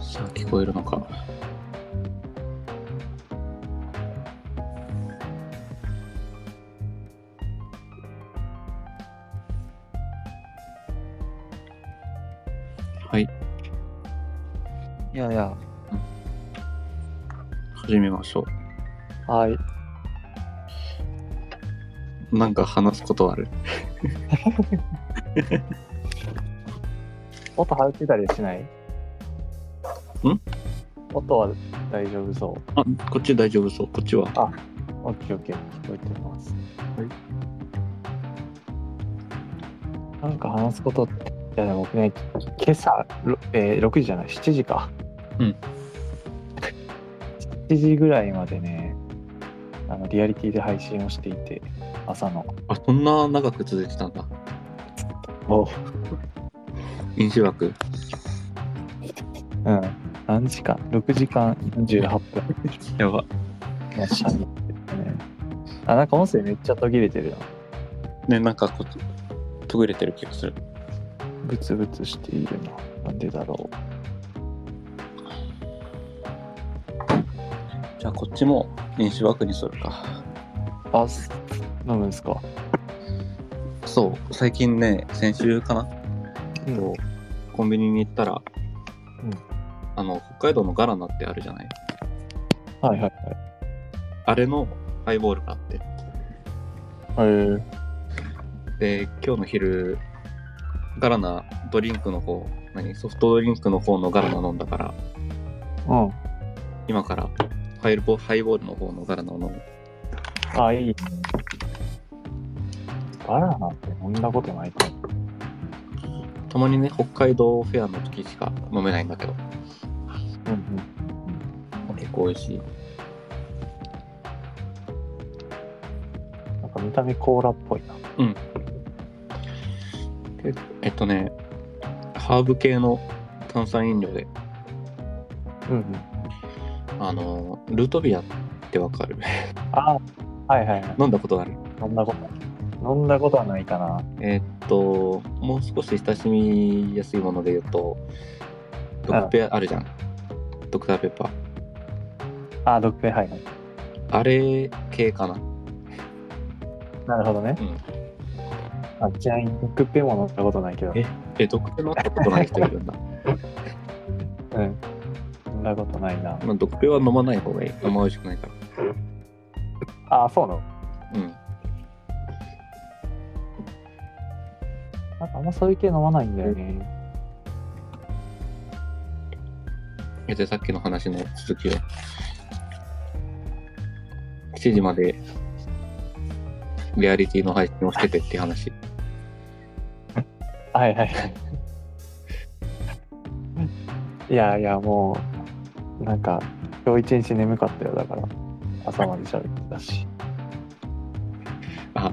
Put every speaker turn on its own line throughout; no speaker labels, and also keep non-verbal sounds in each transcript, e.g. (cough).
さあ聞こえるのか。はい、
いやいや、
始めましょ
はい。
う。なんか話すことある。
音入ってたりしないん
ん
音は大丈夫そ
あ、こっち大丈夫そう。こっちは。
う。オッケーオッケー、聞こえてます。なんか話すことって、いやでも僕ね、今朝、ろえー、6時じゃない、7時か。 (laughs)
うん。
7時ぐらいまでね、あのリアリティで配信をしていて、朝の。
あ、そんな長く続いてたんだ。
お
飲酒枠。
うん。何時間 ?6 時間48分。
やば。
まあ喋ってたねあ、なんか音声めっちゃ途切れてるな。
ね、なんかこう、途切れてる気がする。
ブツブツしているな。なんでだろ
じゃあこっちも飲酒枠にするか。
う。あ、す飲むんですか。
そう、最近ね、先週かな
うん
こうコンビニに行ったら、
うん
あの北海道のガラナってあるじゃない
はいはい
あれのハイボールがあって
はい。へえ。
で今日の昼ガラナドリンクの方何ソフトドリンクの方のガラナ飲んだから
うん。
今からハイボハイボールの方のガラナを飲む
あ、いいね。バナナって飲んだことないかも。
たまにね北海道フェアの時しか飲めないんだけど
うんうん。
結構美味しい
なんか見た目コーラっぽいな。
えっとねハーブ系の炭酸飲料で
うんうん。
あのルートビアってわかる (laughs)
あ、はいはいはい。
飲んだことある
飲んだこと。飲んだことはないかな。
えーっと、もう少し親しみやすいもので言うと、ドクペあるじゃん。ドクターペッパー。
あ、ドッグペはいはい。
あれ系かな。
なるほどね。
うん
あ、ちなみにドッグペも飲んだことないけど。
ええ、ドクペ飲んだことない人いるんだ。
うん。飲んだことないな。
まあ、ドクペは飲まない方がいい。あんま美味しくないか
あ、そうなの
ら。うん。
なんかあんまそういう系飲まないんだよね。
えで、さっきの話の続きを。7時まで、リアリティの配信をしててっていう話。
はいはいはい。 (laughs) いやいや、もう、なんか、今日一日眠かったよ、だから。朝まで喋ってたし。
あ、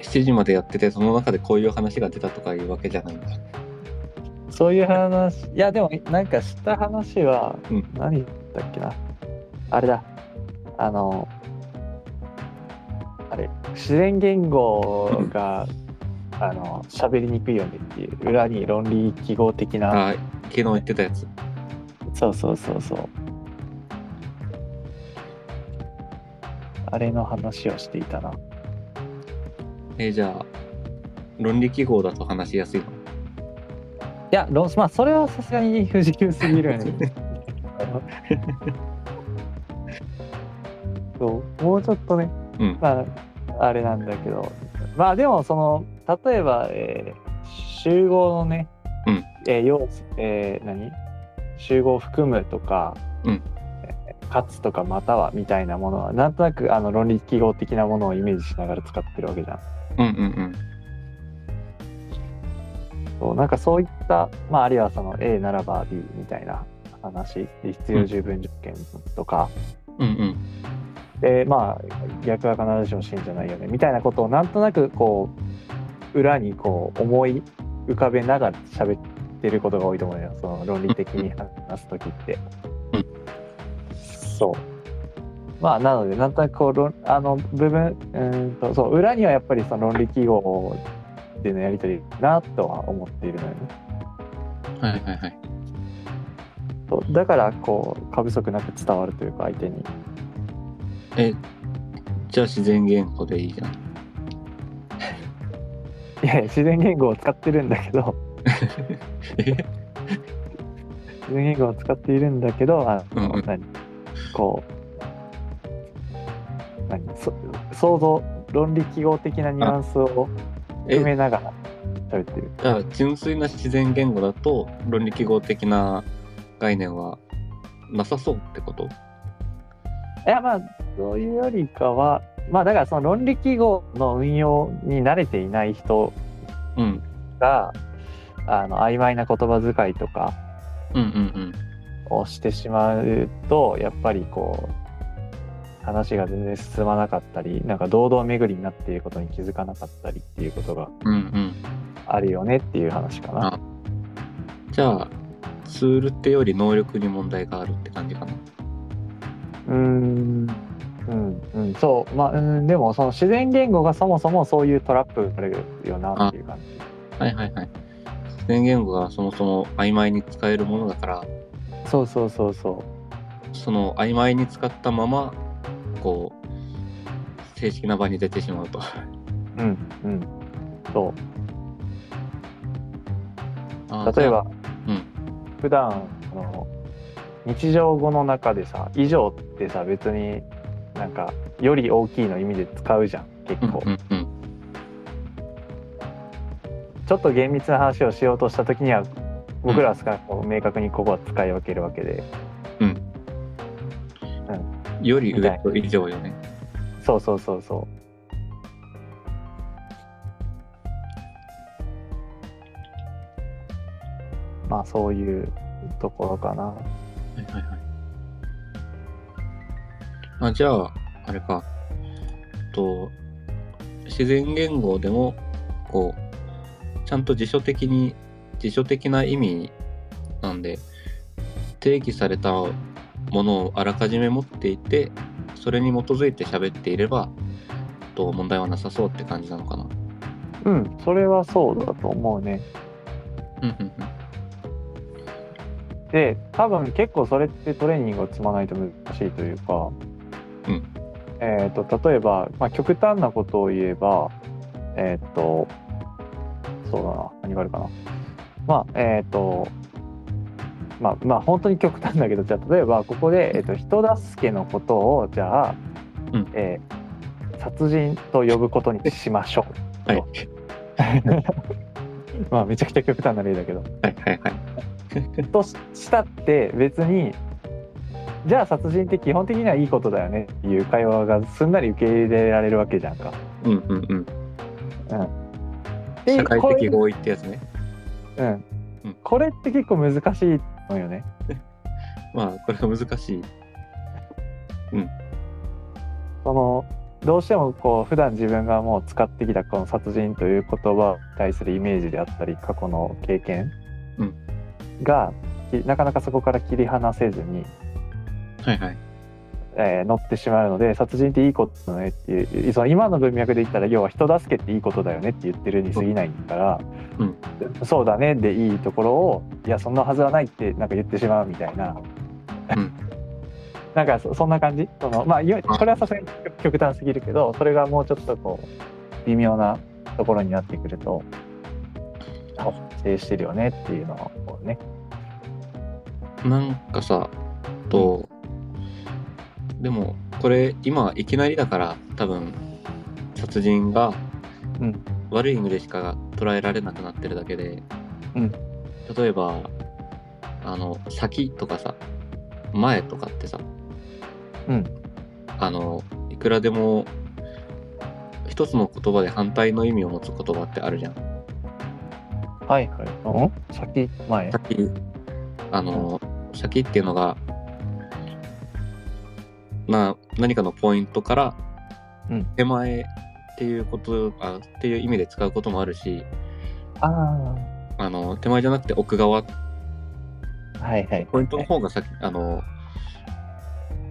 7時までやってて、その中でこういう話が出たとかいうわけじゃないんだ。
そういう話、いや、でも、なんかした話は
うん、
何だっけな。あれだ。あの、あれ、自然言語が、あの、喋りにくいよねっていう、裏に論理記号的な。
あ、昨日言ってたやつ。
そうそうそうそう。あれの話をしていたな。
えーじゃあ論理記号だと話しやすいの
いや、ロンまあ、それはさすがに不自由すぎるよね。 (laughs) そう、もうちょっとね、
うん
まあ、あれなんだけど、まあでも、その、例えば、えー集合のね、
うん
えー要素、えー何集合を含むとか、
うん
えーかつとかまたはみたいなものは、なんとなくあの論理記号的なものをイメージしながら使ってるわけじゃん。
うんうん
そうなんかそういった、まあ、あるいはその A ならば B みたいな話必要十分条件とか、
うんうんうん
でまあ逆は必ずしも真じゃないよねみたいなことをなんとなくこう裏にこう思い浮かべながら喋ってることが多いと思うよその論理的に話す時って。
うん
そうまあなのでなんとなくこう論あの部分うーんとそう裏にはやっぱりその論理記号でのやり取りだなとは思っているのよね。
はいはいはい
そうだからこう過不足なく伝わるというか相手に
え、じゃあ自然言語でいいじゃん。
いやいや自然言語を使ってるんだけど
(laughs) え
自然言語を使っているんだけどあの、
うんうん
何こう何そ想像論理記号的なニュアンスを
え
含めながら喋ってる
じゃあ純粋な自然言語だと論理記号的な概念はなさそうってこと
いやまあそういうよりかはまあだからその論理記号の運用に慣れていない人
うん
があの曖昧な言葉遣いとか
うんうん
をしてしまうとやっぱりこう話が全然進まなかったりなんか堂々巡りになっていることに気づかなかったりっていうことが
うんうんうん
あるよねっていう話かな。
あじゃあツールってより能力に問題があるって感じかな
うーんうんうん、そうまあうんでもその自然言語がそもそもそういうトラップがあるよなっていう感じ
はいはいはい自然言語がそもそも曖昧に使えるものだから
そうそうそうそ
その曖昧に使ったままこう正式な場に出てしまうと
ううんうんそう
あー
例えば、
うん
普段あの日常語の中でさ「以上」ってさ別になんか「より大きい」の意味で使うじゃん結
うん
構、
うんうん
ちょっと厳密な話をしようとした時には僕らは少なくとも明確にここは使い分けるわけで、
より上と以上よね
そうそうそうそうん。まあそういうところかな。
はいはいはい。あじゃあ、あれか。と、自然言語でも、こう、ちゃんと辞書的に、辞書的な意味なんで、定義されたものをあらかじめ持っていて、それに基づいて喋っていれば、と問題はなさそうって感じなのかな。
うん、それはそうだと思うね。
うんうんうん。
で多分結構それってトレーニングを積まないと難しいというか、
うん
えー、と例えば、まあ、極端なことを言えばえっ、とそうだな何があるかなまあえっ、とまあまあ本当に極端だけどじゃあ例えばここで、えー、と人助けのことをじゃあ、
うん
えー殺人と呼ぶことにしましょう。
はい。
(laughs) まあめちゃくちゃ極端な例だけど。
はいはいはい。
としたって別にじゃあ殺人って基本的にはいいことだよねっていう会話がすんなり受け入れられるわけじゃんか。
うんうんうん。
で
社会
これ
的合意ってやつね。
うん
うん
これって結構難しいのよね。
まあ、これは難しい。
そのどうしてもこう普段自分がもう使ってきたこの殺人という言葉に対するイメージであったり過去の経験
うん
が、きなかなかそこから切り離せずに、
はいはい。
えー乗ってしまうので殺人っていいことだねっていうその今の文脈で言ったら要は人助けっていいことだよねって言ってるに過ぎないから、
うん
そうだねでいいところをいやそんなはずはないってなんか言ってしまうみたいな、
うん
(laughs) なんかそそんな感じその、まあ、いわこれはさすがに極端すぎるけどそれがもうちょっとこう微妙なところになってくると発生してるよねっていうのはこうね。
なんかさ、と、でも、これ、今、いきなりだから、多分、殺人が
うん
悪い意味でしか捉えられなくなってるだけで、
うん
例えば、あの、先とかさ、前とかってさ、
うん
あの、いくらでも、一つの言葉で反対の意味を持つ言葉ってあるじゃん。
はいはい、先前
先あの先っていうのがまあ何かのポイントから
うん
手前っていうこと、あっていう意味で使うこともあるし
ああ
あの手前じゃなくて奥側
はいはい
ポイントの方が先あの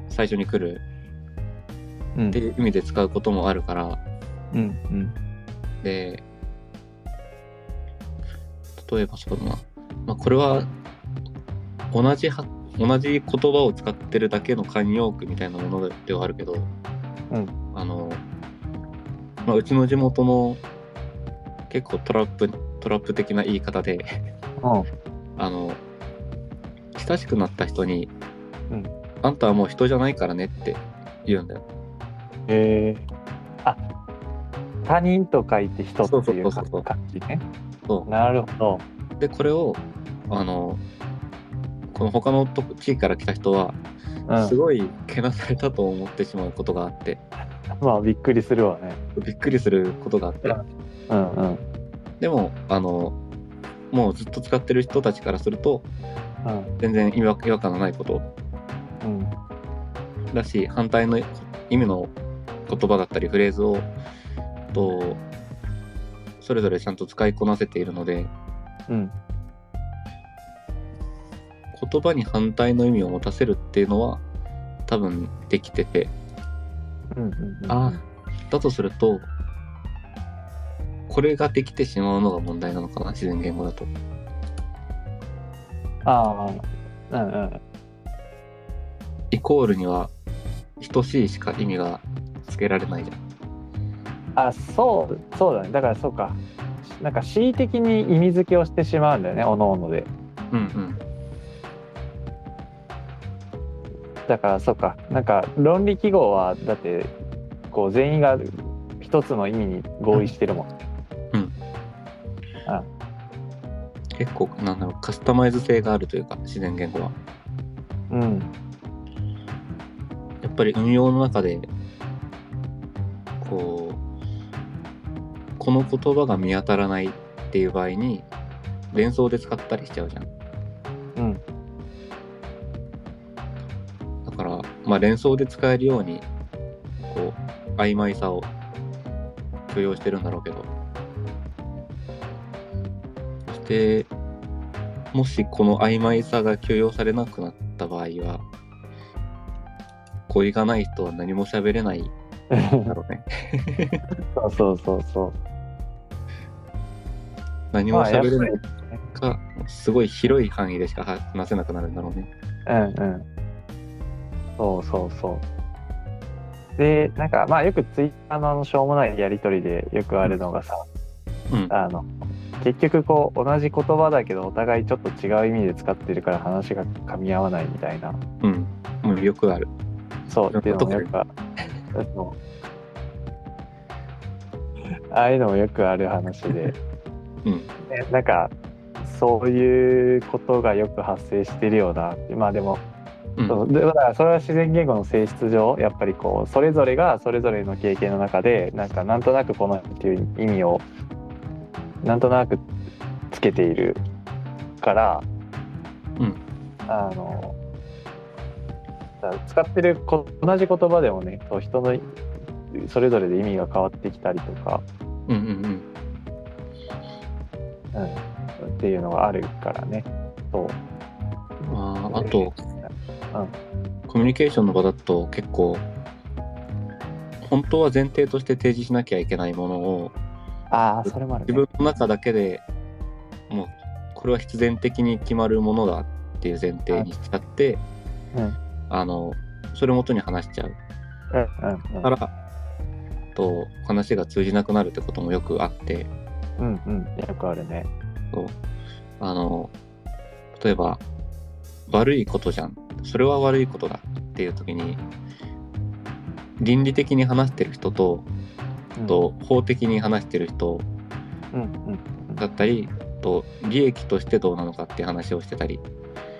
最初に来る
うん
っていう意味で使うこともあるから
うんうん
で例えばそうだな、まあ、これは同じは同じ言葉を使ってるだけの慣用句みたいなものではあるけど、
うん
あの、まあ、うちの地元も結構トラップトラップ的な言い方で
うん。
あの親しくなった人に、
うん
あんたはもう人じゃないからね」って言うんだよ。
えあ他人と書いて人ってい
そ
う
うそうそうそう
感じね。
そう
なるほど。
でこれをあのこの他のとこ地域から来た人は
うん
すごいけなされたと思ってしまうことがあって、
まあびっくりするわね。
びっくりすることがあって
うんうん
でもあのもうずっと使ってる人たちからすると
うん
全然違和違和感のないこと
うん
だし反対の意味の言葉だったりフレーズをとそれぞれちゃんと使いこなせているので
うん。
言葉に反対の意味を持たせるっていうのは多分できてて
うんうん
あだとするとこれができてしまうのが問題なのかな自然言語だと。
ああうんうん
イコールには等しいしか意味がつけられないじゃん。
あそうそうだねだからそうかなんか恣意的に意味付けをしてしまうんだよねおのおので
うんうん。
だからそうかなんか論理記号はだってこう全員が一つの意味に合意してるもん、
結構なんだろうカスタマイズ性があるというか自然言語は
うん、
やっぱり運用の中でこうこの言葉が見当たらないっていう場合に連想で使ったりしちゃうじゃん
うん
だから、まあ、連想で使えるようにこう曖昧さを許容してるんだろうけどそしてもしこの曖昧さが許容されなくなった場合は語彙がない人は何も喋れないん (laughs) だろうね
そうそうそうそう
何も喋れ
まあ
ない
やっ
かすごい広い範囲でしか話せなくなるんだろうね
うんうん。そうそうそう。で、なんか、まあよくツイッターのあのしょうもないやりとりでよくあるのがさ、
うん
あの、結局こう、同じ言葉だけど、お互いちょっと違う意味で使ってるから話が噛み合わないみたいな、
うんもうよくある
そうっていうのもやっぱ、そうああいうのもよくある話で、
うん
ねなんか、そういうことがよく発生してるよなって、まあでも、
うん
そうでだからそれは自然言語の性質上やっぱりこうそれぞれがそれぞれの経験の中でなんかなんとなくこのっていう意味をなんとなくつけているから、
うん
あのだから使ってるこ同じ言葉でもねそう人のそれぞれで意味が変わってきたりとか、
うんうんうん
うん、っていうのがあるからねそう
まあ、あと、
うん
コミュニケーションの場だと結構本当は前提として提示しなきゃいけないものを
ああそれもある、
自
ね、
分の中だけでもうこれは必然的に決まるものだっていう前提にしちゃって、
うん
あのそれを元に話しちゃう
うんうん
から、と話が通じなくなるってこともよくあって、
うんうんうんよくあるね
そう。あの、例えば、悪いことじゃん。それは悪いことだっていう時に、倫理的に話してる人と、
うん
と法的に話してる人
うんうん
だったり、と利益としてどうなのかっていう話をしてたり、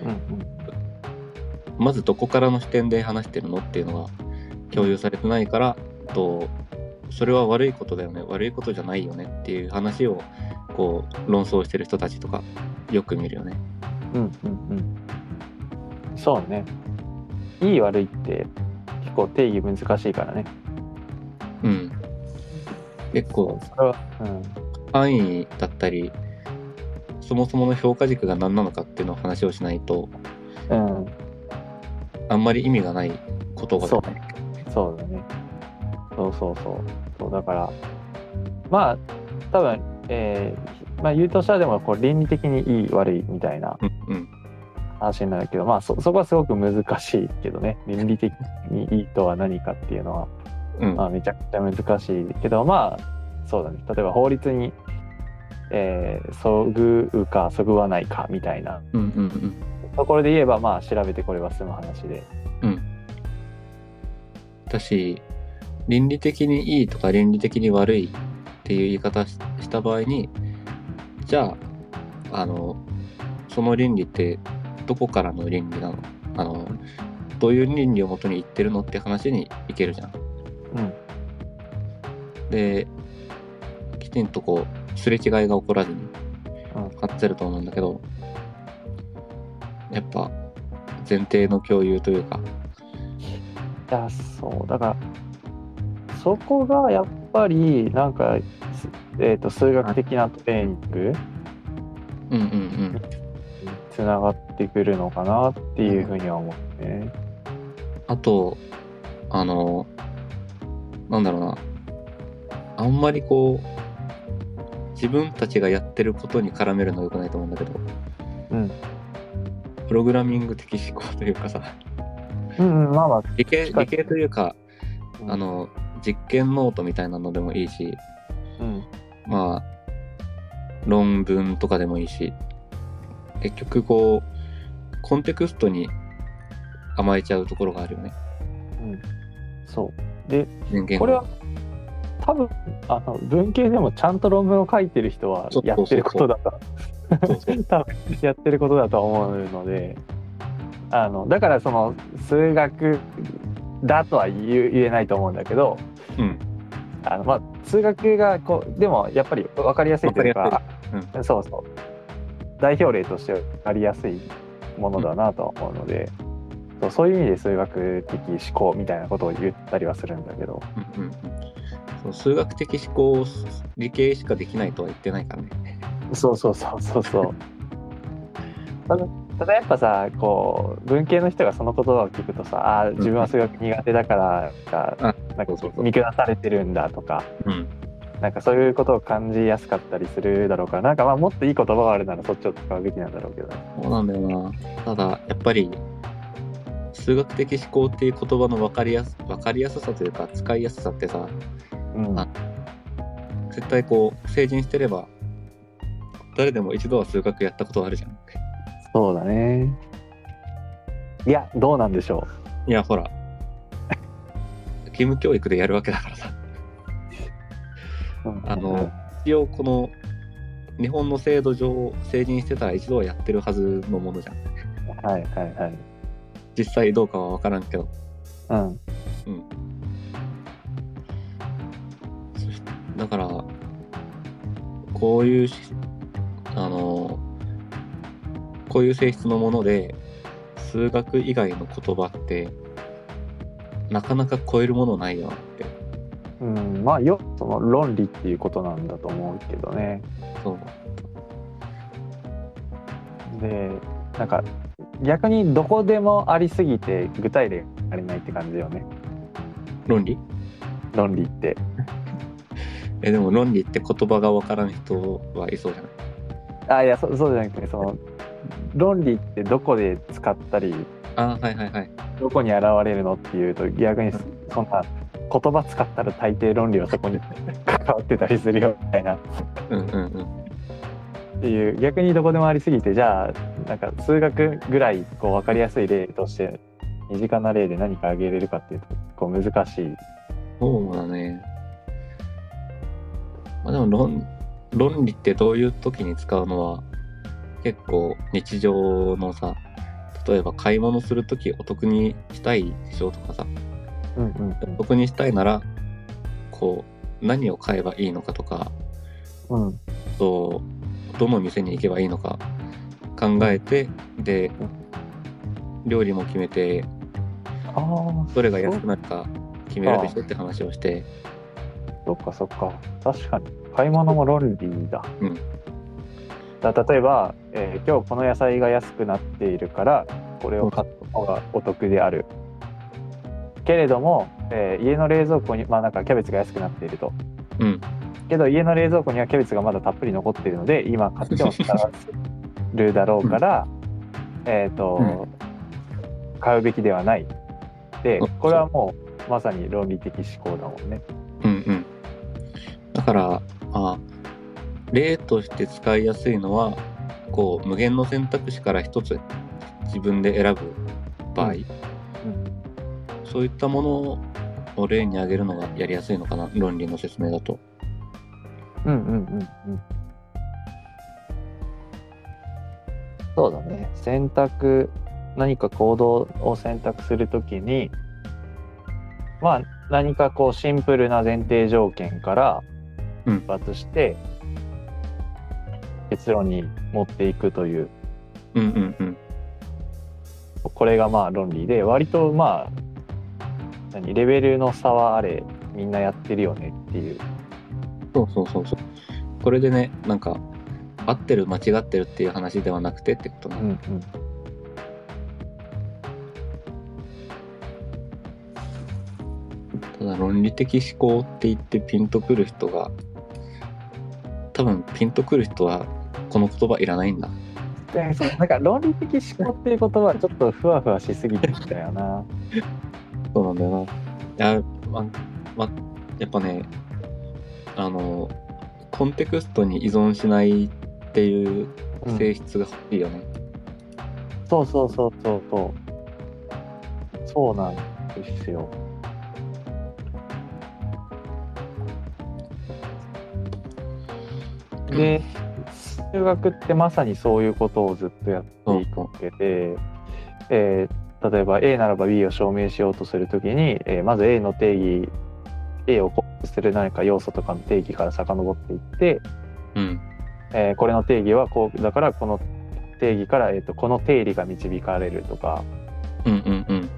うんうん
まずどこからの視点で話してるのっていうのが共有されてないから、とそれは悪いことだよね、悪いことじゃないよねっていう話をこう論争してる人たちとかよく見るよね。
うんうんうん。そうね。いい悪いって結構定義難しいからね。
うん。結構
それは、うん、
安易だったりそもそもの評価軸が何なのかっていうのを話をしないと
うん、
あんまり意味がない言葉
そう
だね。
そうだね。そうそうそう。そうだから、まあ、多分、えー、まあ、言うとしたらでも、こう、倫理的にいい悪いみたいな
うんうん
話になるけど、まあそ、そこはすごく難しいけどね、倫理的にいいとは何かっていうのは、
うん
まあ、めちゃくちゃ難しいけど、まあ、そうだね。例えば法律に、えーそぐうか、そぐわないかみたいな
うんうん
ところで言えば、まあ、調べてこれは済む話で。
だし倫理的にいいとか倫理的に悪いっていう言い方しした場合にじゃああのその倫理ってどこからの倫理なのあのどういう倫理をもとに言ってるのって話にいけるじゃん。
うん。
できちんとこうすれ違いが起こらずに
うん
買ってると思うんだけど、やっぱ前提の共有というか
いやそうだからそこがやっぱりなんか、すえー、と数学的なトレーニング
うんうんうん
につながってくるのかなっていうふうには思うね。
あとあのなんだろうなあんまりこう自分たちがやってることに絡めるのよくないと思うんだけど
うん、
プログラミング的思考というかさ
うんうん、まあまあ
理系
近
理
い
系というかあ、の実験ノートみたいなのでもいいし
うん、
まあ、論文とかでもいいし、結局こう、コンテクストに甘えちゃうところがあるよね。
そうで
人間
これは多分あの文系でもちゃんと論文を書いてる人は
そうそう
や
そうそう
ってることだと
そうそう
(laughs) 多分やってることだと思うのであのだからその数学だとは言え言えないと思うんだけど、
うん。
あのまあ数学がこうでもやっぱり分かりやすいという
わ
か
かりやす
そうそう代表例として分かりやすいものだなとは思うので、そうそういう意味で数学的思考みたいなことを言ったりはするんだけど
うんうんうんそう数学的思考を理系しかできないとは言ってないからね。
そうそうそうそうそうただただやっぱさこう文系の人がその言葉を聞くとさあー自分は数学苦手だからか
あ
なんか
そうそうそう
見下されてるんだとか
うん。
なんかそういうことを感じやすかったりするだろうからなんかまあもっといい言葉があるならそっちを使うべきなんだろうけどね。
そうなんだよな。ただ、やっぱり、数学的思考っていう言葉の分かりやす分かりやすさというか、使いやすさってさ、
うん
あ絶対こう、成人してれば、誰でも一度は数学やったことあるじゃん。
そうだね。いや、どうなんでしょ
いや、ほら。義務教育でやるわけだからさ。
う。うん
あの、一応この、日本の制度上、成人してたら一度はやってるはずのものじゃん。
はいはいはい。
実際どうかはわからんけど。
うん。
そしだから、こういうし、あの、こういう性質のもので、数学以外の言葉って、なかなか超えるものないよなって。
うん、まあよその論理っていうことなんだと思うけどね。
そう。
でなんか逆にどこでもありすぎて具体例が足りないって感じよね
論理
論理って。
え、でも論理って言葉がわからん人はいそうじゃない
あいやそそうじゃなくてその論理ってどこで使ったり
あーはいはいはい。
どこに現れるのっていうと逆にそんな言葉使ったら大抵論理はそこに (laughs) 関わってたりするよみたいなっ
うんうんうん。
ていう逆にどこでもありすぎてじゃあなんか数学ぐらいこう分かりやすい例として身近な例で何か挙げれるかっていうとこう難しい。
そうだね。まあでも論、論理ってどういう時に使うのは、結構日常のさ、例えば買い物するときお得にしたいでしょとかさ、
うんうん
お得にしたいなら、こう、何を買えばいいのかとか、
うんうん
とどの店に行けばいいのか考えて、で、料理も決めて、
ああ
どれが安くなるか決めるでしょって話をして、
そっかそっか確かに買い物も論理だ。
うん
だ例えば、えー今日この野菜が安くなっているからこれを買った方がお得である。けれども、えー家の冷蔵庫にまあなんかキャベツが安くなっていると。
うん、
けど家の冷蔵庫にはキャベツがまだたっぷり残っているので今買っても使わせるだろうからえっ、と、買うべきではない。で
あ、
これはもうまさに論理的思考だもんね。
うんうん。だから、まあ、例として使いやすいのは、こう、無限の選択肢から一つ自分で選ぶ場合、
うん
そういったものを例に挙げるのがやりやすいのかな、論理の説明だと。
うんうんうんうん。そうだね。選択、何か行動を選択するときに、まあ、何かこうシンプルな前提条件から
うん
出発して、結論に持っていくという、
うんうんうん。
これがまあ論理で、割とまあ、何、レベルの差はあれ、みんなやってるよねっていう。
そうそうそうそう。これでね、なんか、合ってる、間違ってるっていう話ではなくてってことね。
うんうん。
ただ論理的思考って言ってピンとくる人が多分ピンとくる人はこの言葉いらないんだ
でそうなんか論理的思考っていう言葉はちょっとふわふわしすぎてきたよな。
そうなんだよないやままやっぱねあのコンテクストに依存しないっていう性質が欲しいよね、
そうそうそうそうそう。そうなんですよ。で、数学ってまさにそういうことをずっとやっていくわけで、えー例えば A ならば B を証明しようとするときに、えーまず A の定義、A を構成する何か要素とかの定義から遡っていって、
うん
えーこれの定義はこうだからこの定義から、えー、とこの定理が導かれるとか
うんうんうん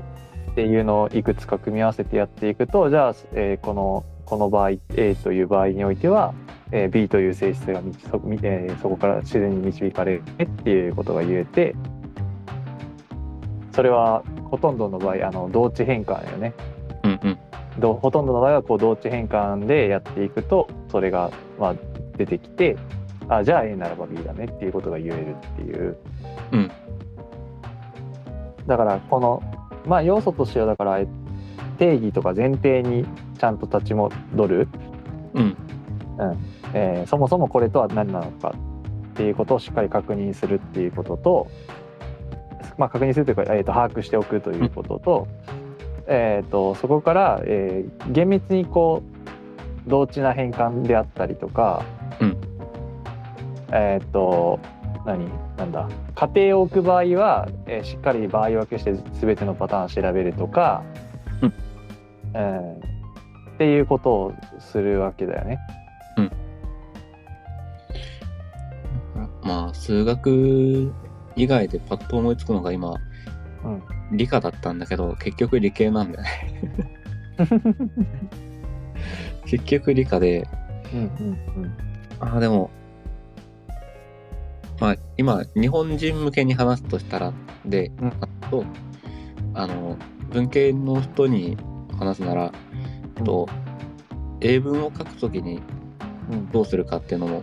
っていうのをいくつか組み合わせてやっていくとじゃあ、えーこのこの場合 A という場合においては、えー B という性質がみそ,み、えーそこから自然に導かれるねっていうことが言えてそれはほとんどの場合あの同値変換だよね
うんうん
どほとんどの場合はこう同値変換でやっていくとそれがまあ出てきてあじゃあ A ならば B だねっていうことが言えるっていう、
うん
だからこのまあ要素としてはだからえ定義とか前提にちゃんと立ち戻る、
うん
えーそもそもこれとは何なのかっていうことをしっかり確認するっていうことと、まあ、確認するというか、えー、と把握しておくということと,、えー、とそこから、えー厳密にこう同値な変換であったりとか、
うん
えっ、と何なんだ仮定を置く場合は、えーしっかり場合分けして全てのパターンを調べるとか、
うん
えーっていうことをするわけだよね。
まあ数学以外でパッと思いつくのが今、
うん
理科だったんだけど結局理系なんだよね (laughs) 結局理科で
うんうん
ああでもまあ今日本人向けに話すとしたらで、
うん
あとあの文系の人に話すなら、
うん
と英文を書くときに
うんうん
どうするかっていうのも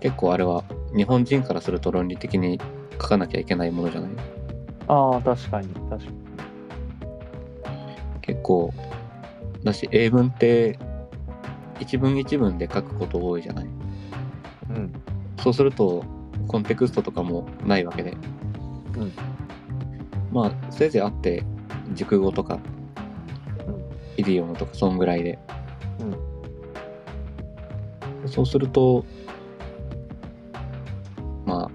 結構あれは日本人からすると論理的に書かなきゃいけないものじゃない
ああ確かに確かに。
結構だし英文って一文一文で書くこと多いじゃない
うん
そうするとコンテクストとかもないわけで、
うん
まあせいぜいあって熟語とか、
うん
イディオムとかそんぐらいで、そうするとまあ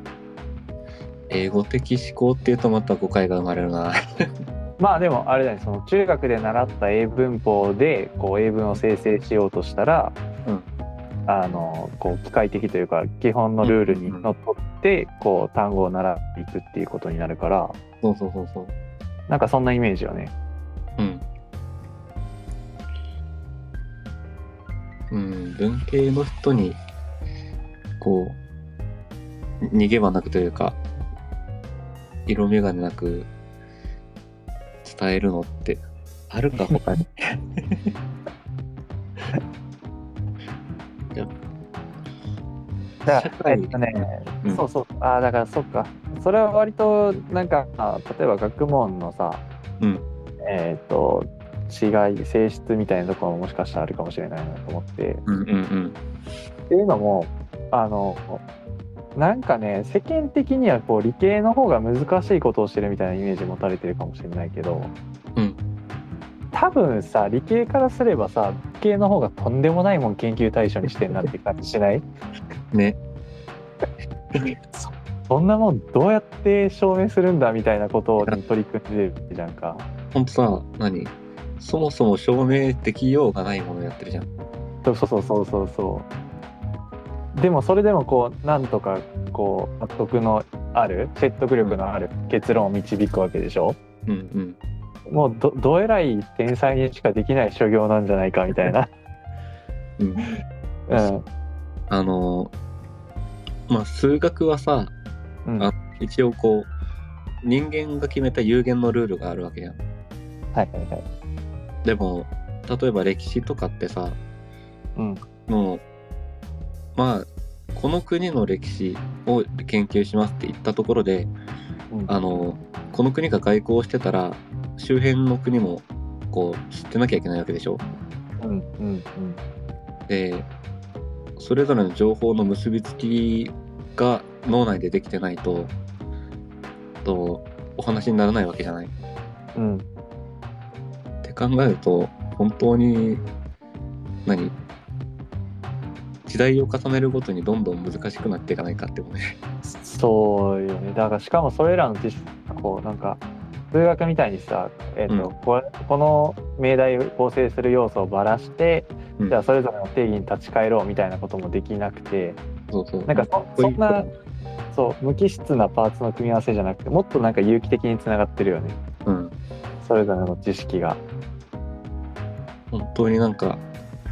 英語的思考っていうとまた誤解が生まれるな (laughs)
まあでもあれだねその中学で習った英文法でこう英文を生成しようとしたら、
うん
あのこう機械的というか基本のルールにのっとってこう単語を習っていくっていうことになるから
そうそうそうそう
なんかそんなイメージよね。
うん。うん、文系の人に、こう、逃げ場なくというか、色眼鏡なく伝えるのって、あるか他に。いや
だ
社
から
会
えっとね、
うん
そうそうああだからそっかそそれは割となんかあ例えば学問のさ、
うん
えっ、と違い性質みたいなところももしかしたらあるかもしれないなと思って
うんうんうん
っていうのもあのなんかね世間的にはこう理系の方が難しいことをしてるみたいなイメージ持たれてるかもしれないけど、
うん
多分さ理系からすればさ理系の方がとんでもないもん研究対象にしてんなって感じしない
ね
そんなもんどうやって証明するんだみたいなことに取り組んでるじゃんか。
ほんとさ何そもそも証明できようがないものやってるじゃん
そうそうそうそうそうでもそれでもこうなんとかこう納得のある説得力のある結論を導くわけでしょ
うんうん
もうどどえらい天才にしかできない所業なんじゃないかみたい
(laughs)
な、
うん
うん
あのまあ数学はさ
うん、
あ
はい
一応こう人間が決めた有限のルールがあるわけじゃん
はいはい
でも例えば歴史とかってさ
うん
もうまあこの国の歴史を研究しますって言ったところで
うん
あのこの国が外交をしてたら周辺の国もこう知ってなきゃいけないわけでしょ
うんうん
でそれぞれの情報の結びつきが脳内でできてないととお話にならないわけじゃない
うんうん
って考えると本当に何時代を重ねるごとにどんどん難しくなっていかないかってことね。 (laughs)
そうよねだからしかもそれらの知識がこうなんか数学みたいにさ、えーと
うん
これこの命題を構成する要素をばらして、
うん
じゃあそれぞれの定義に立ち返ろうみたいなこともできなくて
そうそう。
なんか
かっこい
そそ
い
んなそう無機質なパーツの組み合わせじゃなくてもっとなんか有機的につながってるよね
うん。
それぞれの知識が。
本当になんか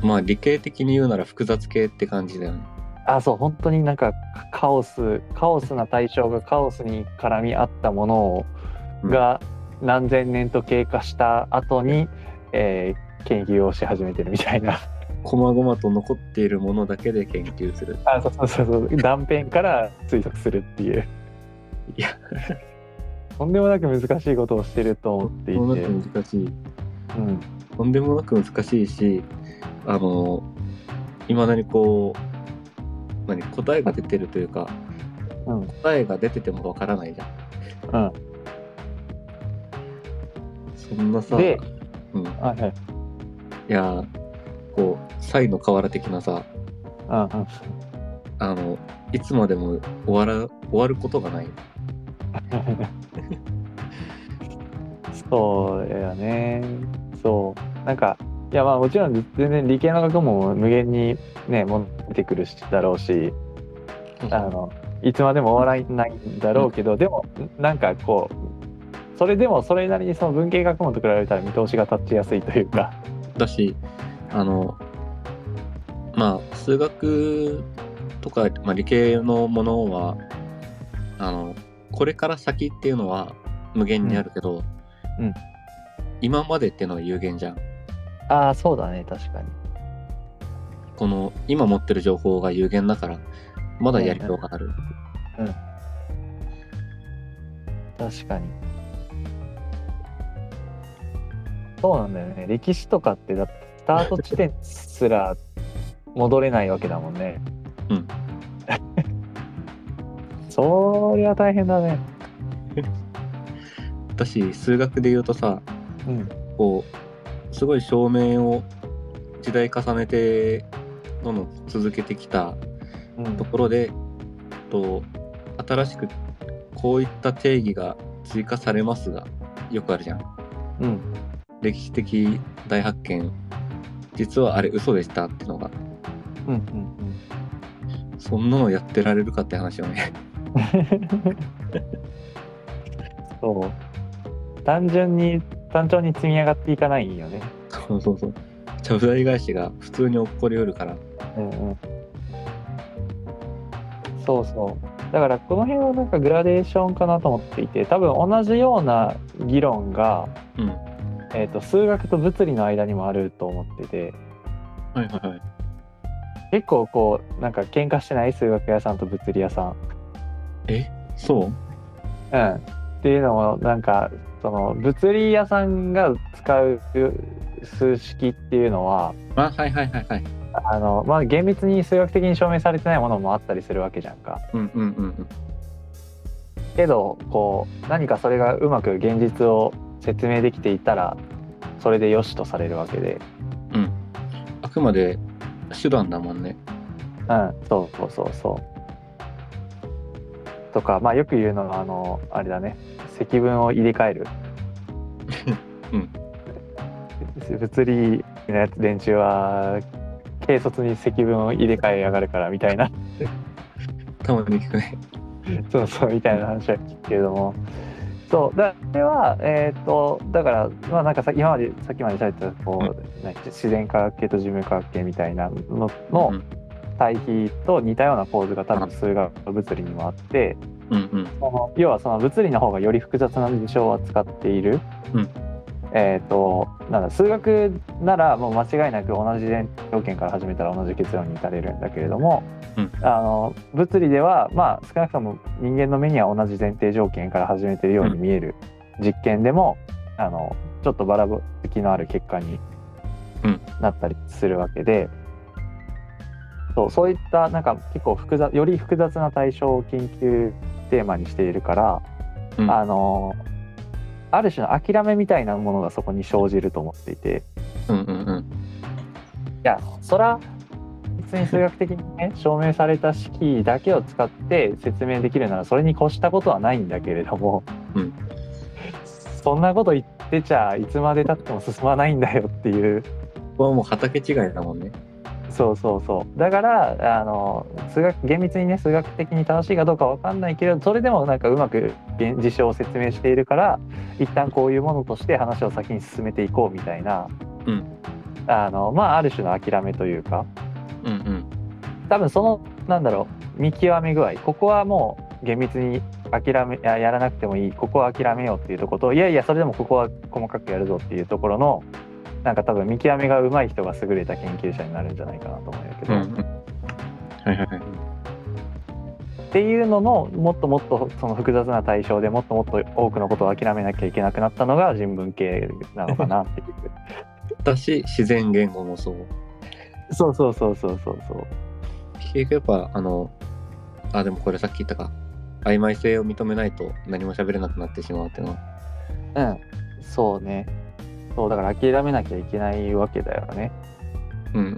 まあ理系的に言うなら複雑系って感じだよね。
あそう本当になんかカオスカオスな対象がカオスに絡み合ったものを、
うん
が何千年と経過した後に、えー研究をし始めてるみたいな
細々と残っているものだけで研究する。
(laughs) あそうそうそうそう断片から推測するっていう
いや
とんでもなく難しいことをしてると思っていて、
とんでもなく難しい。
うん、
とんでもなく難しいし、あの、いまだにこう、何、答えが出てるというか、
うん
答えが出ててもわからないじゃん。
うん
そんなさ、
で
うん、い
はいはい
や、こう、サイの河原的なさ、
うんうん
あの、いつまでも終わら、終わることがない。
(laughs) そうやね。そう。なんか、いやまあもちろん全然理系の学問も無限にね、戻ってくるしだろうし、あの、いつまでも終わらないんだろうけど、でも、なんかこう、それでもそれなりにその文系学問と比べたら見通しが立ちやすいというか、
だし、あの、まあ、数学とか、まあ、理系のものは、あの、これから先っていうのは無限にあるけど、
うんうん
今までっていうのは有限じゃん。
(laughs) ああ、そうだね、確かに。
この、今持ってる情報が有限だから、まだやりようがある。
確かに。そうなんだよね。歴史とかって、だってスタート地点すら戻れないわけだもんね。
うん。
(laughs) そりゃ大変だね。
だし、数学で言うとさ、
うん。
こうすごい証明を時代重ねてどんどん続けてきた
うん
ところでと新しくこういった定義が追加されますがよくあるじゃん
うん。
歴史的大発見実はあれ嘘でしたってのが
う
(laughs)
ん。うん。
そんなのやってられるかって話よね (laughs)
そう。単純に、単調に積み上がっていかないよね。
そうそうそうちゃぶ台返しが普通に起こりうるから
うんうんそうそうだからこの辺はなんかグラデーションかなと思っていて多分同じような議論が、
うんは
えー、と数学と物理の間にもあると思ってて
いはいはい
結構こうなんか喧嘩してない数学屋さんと物理屋さん
えそう
うん、っていうのもなんかその物理屋さんが使う数式っていうのは
あ、はいはいはいはい。
あの、まあ、厳密に数学的に証明されてないものもあったりするわけじゃんか。
うんうんうんうん。
けどこう何かそれがうまく現実を説明できていたらそれでよしとされるわけで、
あくまで手段だもんね。
うん、そうそうそうそう。とか、まあ、よく言うのはあのあれだね積分を入れ替える。
うん
物理のやつ連中は軽率に積分を入れ替えやがるからみたいな
たまに聞くね。
そうそうみたいな話は聞くけれどもそうだあれはえっ、とだからまあなんかさ今までさっきまで喋ってたこう、ね自然科学系と事務科学系みたいなのの
うん
対比と似たような構図が多分数学物理にもあって
うんうん。
その要はその物理の方がより複雑な事象を扱っている。
うん
えっとなんだ数学ならもう間違いなく同じ前提条件から始めたら同じ結論に至れるんだけれども、
うん
あの物理では、まあ、少なくとも人間の目には同じ前提条件から始めてるように見える実験でも、あのちょっとばらつきのある結果に
うん
なったりするわけで、そうそういったなんか結構複雑より複雑な対象を研究テーマにしているから、
うん
あのある種の諦めみたいなものがそこに生じると思っていて
うんうんうん。
いやそら別に数学的にね (laughs) 証明された式だけを使って説明できるならそれに越したことはないんだけれども、
うん
そんなこと言ってちゃいつまでたっても進まないんだよっていう
ここはもう畑違いだもんね。
そうそうそうだからあの数学厳密にね数学的に正しいかどうかわかんないけれどそれでもなんかうまく現事象を説明しているから一旦こういうものとして話を先に進めていこうみたいな、
うん
あのまあある種の諦めというか
うんうん。
多分そのなんだろう見極め具合ここはもう厳密に諦めややらなくてもいいここは諦めようっていうところといやいやそれでもここは細かくやるぞっていうところのなんか多分見極めが上手い人が優れた研究者になるんじゃないかなと思うんだけ
う
ど。
んうん。はいはいはい。
っていうののもっともっとその複雑な対象でもっともっと多くのことを諦めなきゃいけなくなったのが人文系なのかなっていう
私、自然言語もそう。
(laughs) そうそうそうそうそうそう
結局やっぱ、あの、あ、でもこれさっき言ったか。曖昧性を認めないと何も喋れなくなってしまうっていうのは。
うんそうねそうだから諦めなきゃいけないわけだよね
うんうん。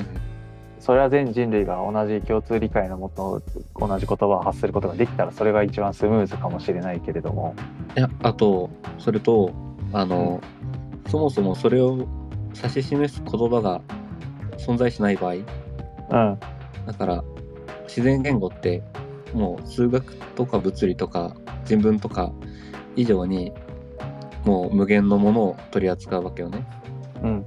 それは全人類が同じ共通理解のもと同じ言葉を発することができたらそれが一番スムーズかもしれないけれども
いやあとそれとあの、そもそもそれを指し示す言葉が存在しない場合
うん
だから自然言語ってもう数学とか物理とか人文とか以上にもう無限のものを取り扱うわけよね
うん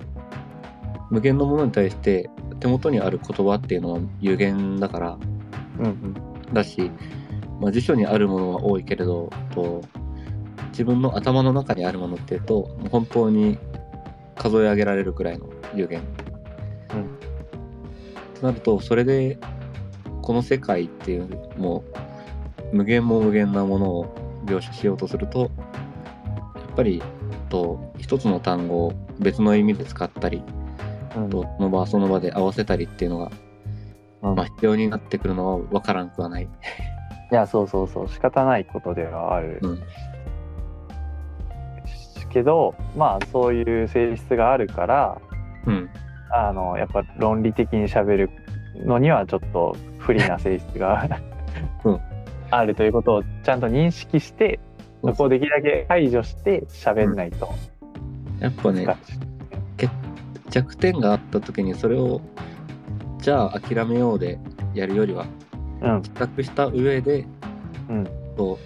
無限のものに対して手元にある言葉っていうのは有限だから
うんうん
だし、まあ、辞書にあるものは多いけれどと自分の頭の中にあるものっていうともう本当に数え上げられるくらいの有限。
うん
となるとそれでこの世界っていうもう無限も無限なものを描写しようとするとやっぱりと一つの単語を別の意味で使ったり
うん
とその場その場で合わせたりっていうのが、まあ、必要になってくるのは分からんくはない。
いやそうそうそう仕方ないことではある、
うん
けどまあそういう性質があるから
うん
あのやっぱ論理的に喋るのにはちょっと不利な性質が、
(laughs) うん
あるということをちゃんと認識してそこをできるだけ排除して喋んないと、
やっぱね
難しい
弱点があった時にそれをじゃあ諦めようでやるよりは
うん
比較した上で、
うん
と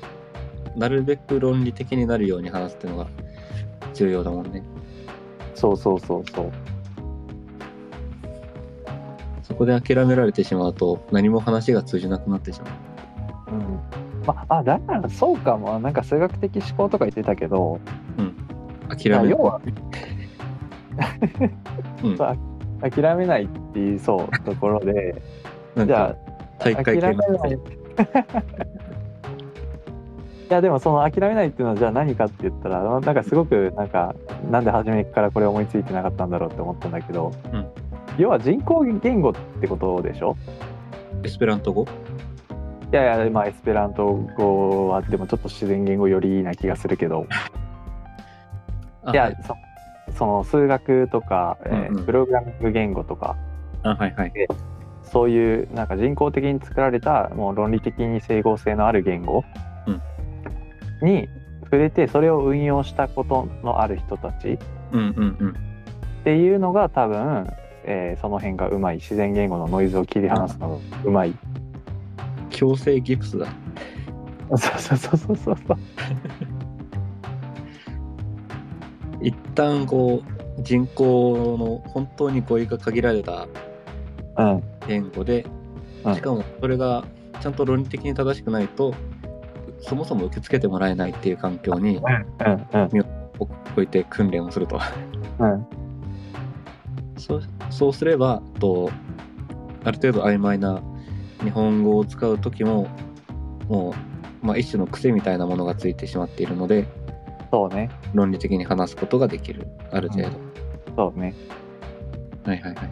なるべく論理的になるように話すっていうのが重要だもんね
そうそうそうそう
そこで諦められてしまうと何も話が通じなくなってしま
うんまあ、だからそうかもなんか数学的思考とか言ってたけど
う諦め
要は
うん
さ諦めないっていうそうところで
なん
じゃあ (laughs)
か大会系
諦め
の
ないやでもその諦めないっていうのはじゃあ何かって言ったらなんかすごくなんかなんで初めからこれ思いついてなかったんだろうって思ったんだけど、
うん
要は人工言語ってことでしょ
エスペラント語
いやいやまあエスペラント語はでもちょっと自然言語よりな気がするけど
あ
い
は
や
い
そその数学とか、えー
うんうん
プログラミング言語とか
あはいはい。
そういうなんか人工的に作られたもう論理的に整合性のある言語
うん
に触れてそれを運用したことのある人たちっ
うんうんうん。
ていうのが多分、えーその辺がうまい自然言語のノイズを切り離すのがうまい。
強制ギプスだ。
そうそうそうそうそうそう
一旦こう人口の本当に語彙が限られた
うん
言語で
うん
しかもそれがちゃんと論理的に正しくないとそもそも受け付けてもらえないっていう環境に
うんうん
置いて訓練をすると
うん
そうそうすればとある程度曖昧な日本語を使う時ももう、まあ、一種の癖みたいなものがついてしまっているので
そうね
論理的に話すことができるある程度、
そうね
はいはいはい。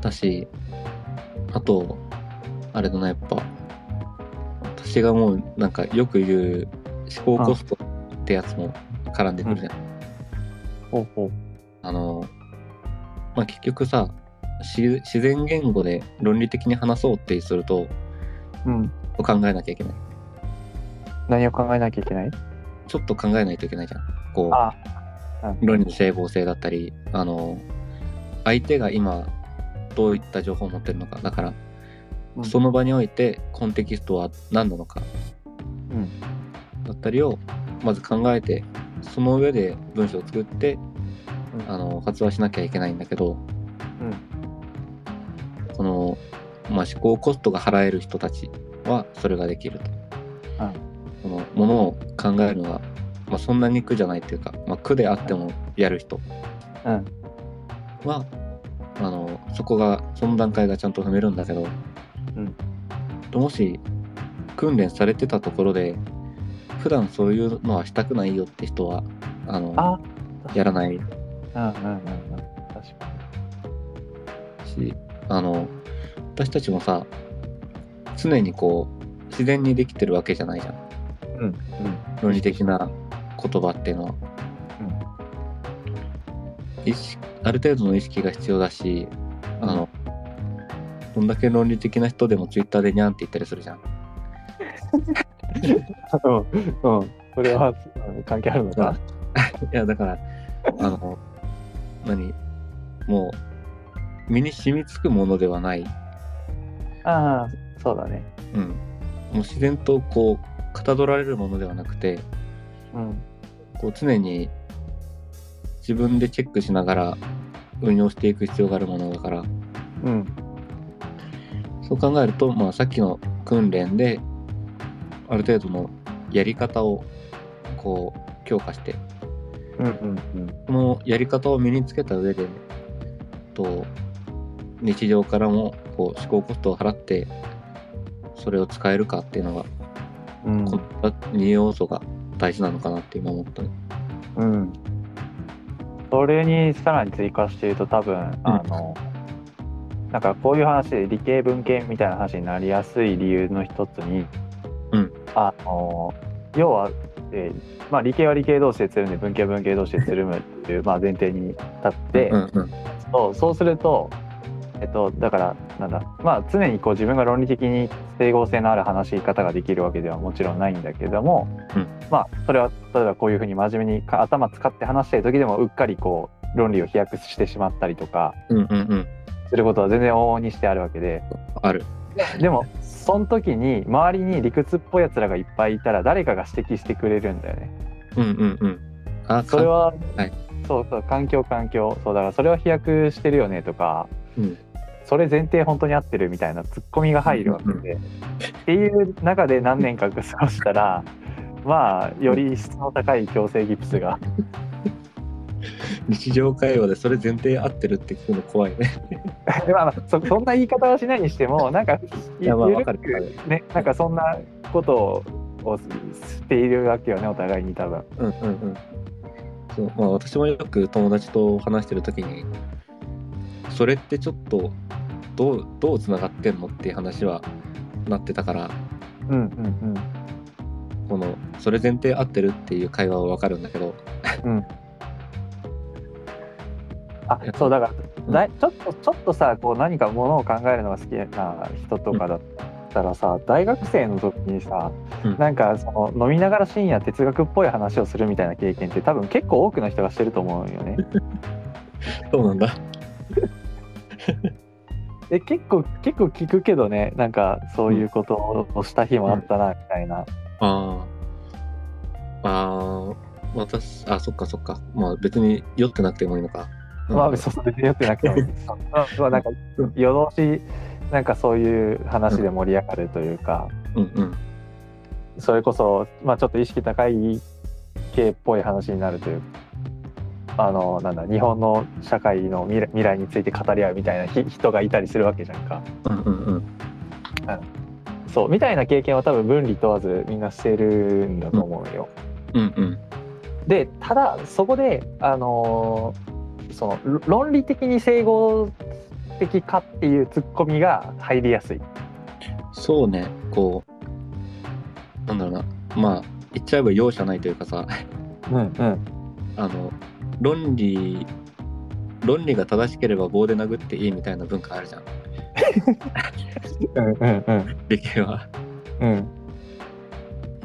だし、あと、あれだな、やっぱ、私がもう、なんかよく言う思考コストってやつも絡んでくるじゃん。
ほうほう
あの、まあ、結局さ、し自然言語で論理的に話そうってすると
うん
考えなきゃいけない。
何を考えなきゃいけない
ちょっと考えないといけないじゃん。こう、
あ
論理の整合性だったり、あの、相手が今、どういった情報を持ってるのか。だから、
うん
その場においてコンテキストは何なのか
うん
だったりをまず考えてその上で文章を作って
うん
あの発話しなきゃいけないんだけどその、まあ、思考コストが払える人たちはそれができると。
うん
そのものを考えるのが、まあ、そんなに苦じゃないというか、まあ、苦であってもやる人
うん
は、あのそこがその段階がちゃんと踏めるんだけど、
うん
もし訓練されてたところで普段そういうのはしたくないよって人はあの
あ
やらない
うんうんうんうん確か
しあの私たちもさ常にこう自然にできてるわけじゃないじゃん
にうんうん
論理的な言葉っていうのは、意識ある程度の意識が必要だしあの、どんだけ論理的な人でもツイッターでニャンって言ったりするじゃん
うん、うん、それはうん関係あるのか。
いやだからあの何もう身に染みつくものではない、
ああ、そうだね。
うん、もう自然とこうかたどられるものではなくて
うん、
こう常に自分でチェックしながら運用していく必要があるものだから
うん、
そう考えると、まあ、さっきの訓練である程度のやり方をこう強化して
うん、うん、
このやり方を身につけた上で、と日常からもこう思考コストを払って、それを使えるかっていうのが、
うん、
この2要素が大事なのかなって今思ったね。
うん。それにさらに追加して言うと、多分、あの。なんかこういう話で理系文系みたいな話になりやすい理由の一つに、
うん、
あの要は、えーまあ、理系は理系同士でつるんで文系は文系同士でつるむっていう、まあ、前提に立って、
うんうん。
そうそうすると、えっと、だからなんだまあ常にこう自分が論理的に整合性のある話し方ができるわけではもちろんないんだけども、
うん
まあそれは例えばこういうふうに真面目にか頭使って話してる時でもうっかりこう論理を飛躍してしまったりとか
うんうんうん。
することは全然往々にしてあるわけで
(laughs) ある。
でもその時に周りに理屈っぽいやつらがいっぱいいたら誰かが指摘してくれるんだよね。
うんうんうん。あ、
それは、
はい
そうそう環境環境そうだからそれは飛躍してるよねとか
うん
それ前提本当に合ってるみたいなツッコミが入るわけで、っていう中で何年か過ごしたら (laughs) まあより質の高い強制ギプスが (laughs)
日常会話でそれ前提合ってるって聞くの怖いね。
でまあそそんな言い方はしないにしてもなんか
いや、まあ
ゆる
わかるわかる。
ねなんかそんなことをしているわけよねお互いに多分
うんうんうん。そうまあ、私もよく友達と話してるときに、それってちょっとどう、どうつながってんのっていう話はなってたから、
うんうん
この、それ前提合ってるっていう会話はわかるんだけど、
うんうんあそうだからだいちょっとちょっとさこう何かものを考えるのが好きな人とかだったらさ大学生の時にさ、
うん
なんかその飲みながら深夜哲学っぽい話をするみたいな経験って多分結構多くの人がしてると思うよね。
そうなんだ。
え結構結構聞くけどねなんかそういうことをした日もあったなみたいな。
ああ。ああ、私、あ、そっかそっか。まあ別に酔ってなくてもいいのか。うん
まあ別にそれでやってなくてもいいです。まあなんか夜通しなんかそういう話で盛り上がるというか、
うんうん。
それこそまあちょっと意識高い系っぽい話になるというか。あのなんだ日本の社会の未来未来について語り合うみたいなひ人がいたりするわけじゃんか。
うんうんうん。
そうみたいな経験は多分分離問わずみんなしてるんだと思うよ。
うんうん。
でただそこであのーそのろ論理的に整合的かっていうツッコミが入りやすい。
そうね、こう、なんだろうな。まあ、言っちゃえば容赦ないというかさ、 (laughs)
うんうん
あの、論理、論理が正しければ棒で殴っていいみたいな文化あるじゃん。
うんうん
理系は。
うん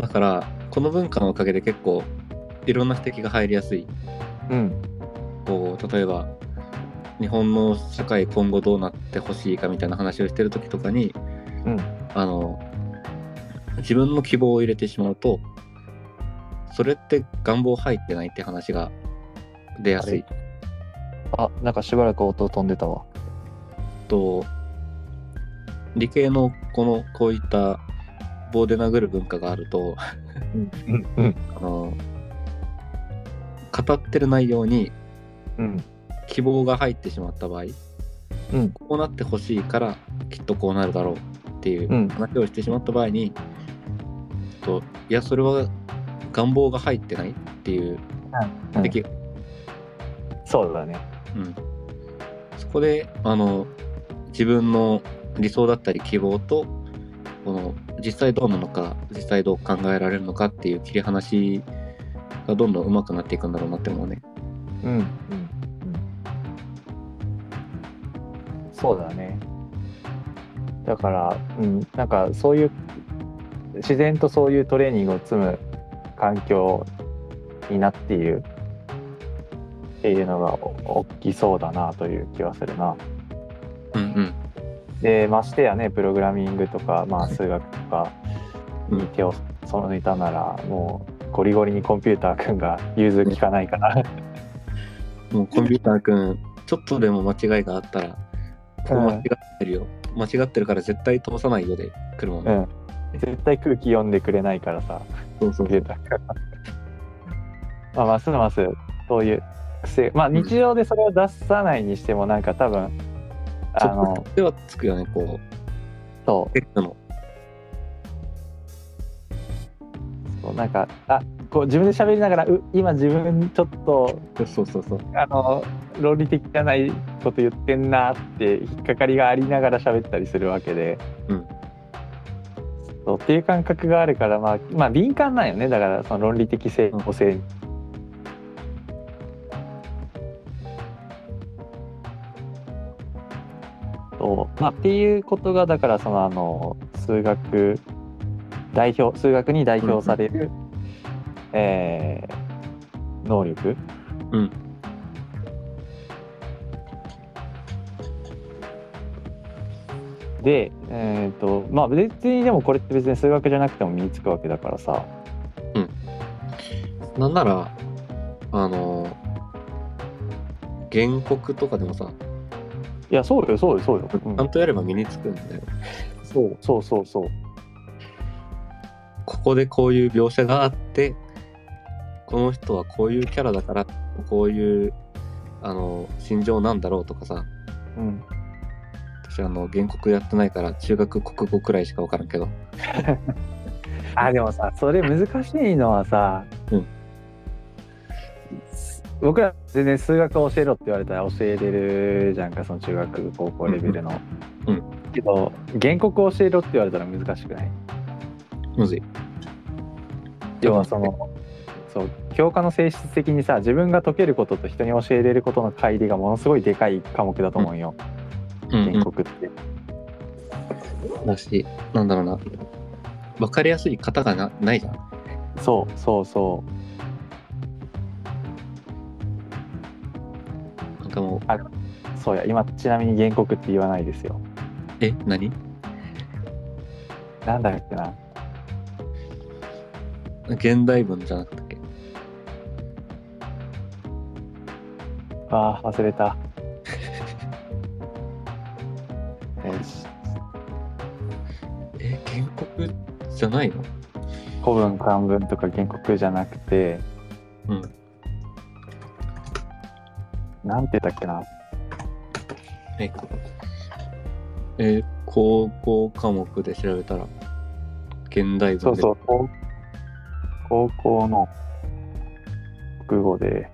だから、この文化のおかげで結構、いろんな指摘が入りやすい。
うん
こう例えば日本の社会今後どうなってほしいかみたいな話をしてる時とかに、
うん
あの自分の希望を入れてしまうとそれって願望入ってないって話が出やすい
あなんかしばらく音飛んでたわ。
と理系のこのこういった棒で殴る文化があると
うんうん
あの語ってる内容に
うん
希望が入ってしまった場合、
うん
こうなってほしいからきっとこうなるだろうっていう
うん
話をしてしまった場合に、といやそれは願望が入ってないっていう
うん
敵、
そうだね。
うん、そこであの自分の理想だったり希望とこの実際どうなのか実際どう考えられるのかっていう切り離しがどんどん上手くなっていくんだろうなって思うね。
うんうんそうだねだから、うん、なんかそういう自然とそういうトレーニングを積む環境になっているっていうのがお大きそうだなという気はするな。
うん
でましてやねプログラミングとか、まあ、数学とか
うん
に手をその抜いたならもうゴリゴリにコンピューター君が融通きかないから
うん、もうコンピューター君ちょっとでも間違いがあったらこう間違ってるよ、間違ってるから絶対通さないよで来るもんね、
うん、絶対空気読んでくれないからさ
そうそう
見えたからまあますますそういう癖まあ日常でそれを出さないにしてもなんか多分あ
ちょっ
の
と手はつくよねこ
そう
テックの
うそうなんかあこう自分で喋りながらう今自分ちょっと
そうそうそう
あの論理的じゃないこと言ってんなって引っかかりがありながら喋ったりするわけで。
うん
そうっていう感覚があるから、まあ、まあ敏感なんよねだからその論理的整合性に。そうまあ、っていうことがだからそのあの数学代表数学に代表される、えー能力
うん
でえっ、とまあ別にでもこれって別に数学じゃなくても身につくわけだからさ
なんならあの原告とかでもさ
いやそうよそうよそうよ、うん
ちゃんとやれば身につくんだよ
そうそうそうそう
ここでこういう描写があってこの人はこういうキャラだからこういうあの心情なんだろうとかさ
うん
私あの原告やってないから中学国語くらいしか分からんけど
あでもさそれ難しいのはさ、
うん
僕ら全然数学教えろって言われたら教えれるじゃんかその中学高校レベルの、
うんうん
けど原告教えろって言われたら難しくない
むずい。
要はそのそう教科の性質的にさ自分が解けることと人に教えれることの乖離がものすごいでかい科目だと思うよ、
うんうん
原告って、
だし、なんだろうな。わかりやすい型がなないじゃん。
そうそうそう
なんかも
そうや今ちなみに原告って言わないです
う、
よ
え、何
なんだっけな
現代文じゃなかったっけ
あー忘れた (laughs) よし
え、原告じゃないの
古文漢文とか原告じゃなくて
うん
なんて言ったっけな
え、えー高校科目で調べたら、現代文で。
そうそう高高校の国語で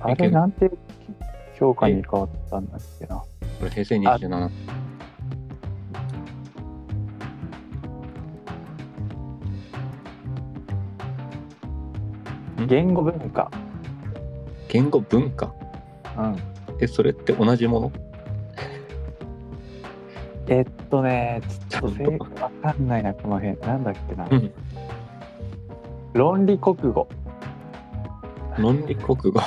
あれなんて教科に変わったんだっけな
これ平成27。
言語文化
言語文化
うん
え、それって同じもの
えっとね、ちょっと正確わかんないな、この辺。なんだっけな。
うん
論理国語。
論理国 (laughs) 語。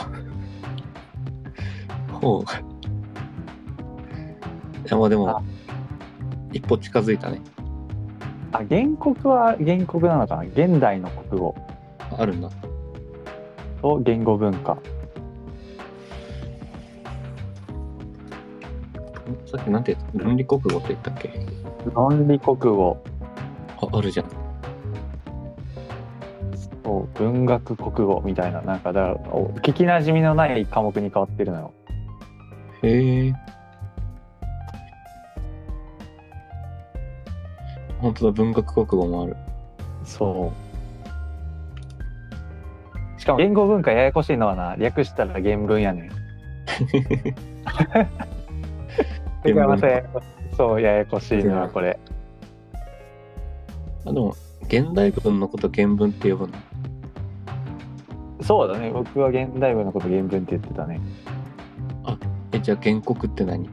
ほう。いや、まあで
あ
も、一歩近づいたね。
あ、原告は原告なのかな現代の国語
あるんだ。
と言語文化。
さっきなんて言った論理国語って言ったっけ
論理国語
あ、あるじゃん。
と文学国語みたいな、なんかだから、お聞き馴染みのない科目に変わってるのよ。
へえ。本当だ、文学国語もある。
そう。しかも言語文化ややこしいのはな、略したら原文 (laughs) やねん。それがまたややこしいそう、ややこしいのはこれ。
あ、でも、現代文のこと原文って呼ぶの。
そうだね、僕は現代文のこと原文って言ってたね。
え、じゃあ原告って何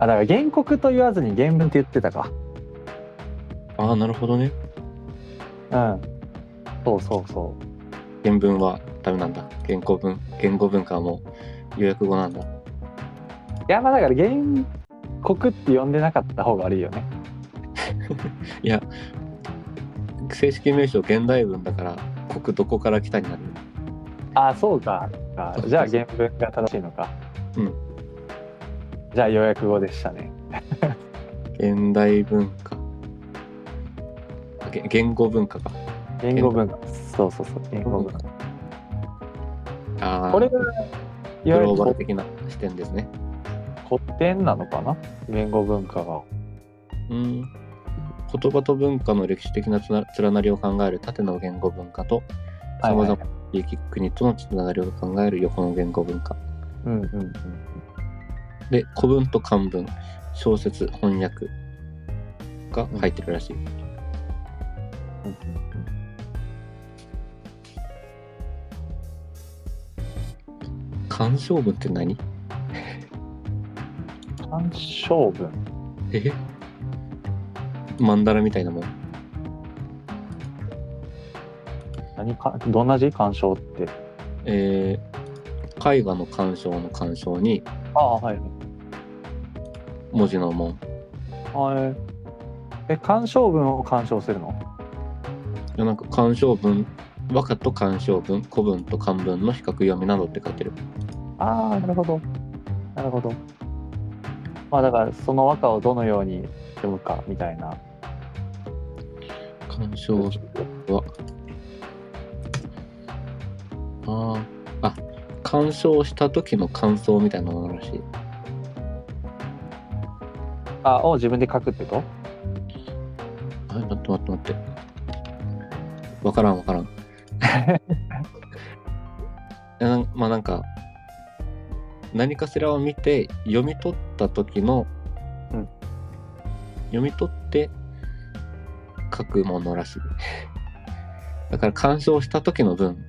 あ、だから原告と言わずに原文って言ってたか。
ああ、なるほどね。
うん。そうそうそ
原文はダメなんだ。原稿文、言語文化はもう予約語なんだ。
う。いや、まあだから原告って呼んでなかった方が悪いよね。
正式名称現代文だから、国どこから来たになる。
あ、そうか。あじゃあ原文が正しいのか。
うん。
じゃあ予約語でしたね。
現代文化。あげ言語文化か。
言語文化。そうそうそう、言語文化。
ああ、
これが、
グ
いわゆ
ロ
る
ーバル
古
的な視点ですね。
古典なのかな言語文化が。
うん。言葉と文化の歴史的なつな連なりを考える縦の言語文化と、さまざまな地域国とのつながりを考える横の言語文化。
うんうんうん。
で、古文と漢文、小説、翻訳が入ってるらしい。
うんうんうん
鑑賞文って何
鑑賞文。
え曼荼羅みたいなもん。
何かどんな字鑑賞って
えー、絵画の鑑賞の鑑賞に
ああはい
文字の門。
はいえ鑑賞文を鑑賞するの
いやなんか鑑賞文、和歌と鑑賞文、古文と漢文の比較読みなどって書いてる。
ああなるほどなるほどまあだからその和歌をどのように読むかみたいな
鑑賞は。ああ。あ、鑑賞した時の感想みたいなのがあるらしい。
あを自分で書くってこと
あ待って待って待って。わからんわ
(laughs)
からん。いやなんまあなんか、何かしらを見て読み取った時の、
うん
読み取って書くものらしい。 (laughs) だから鑑賞した時の分、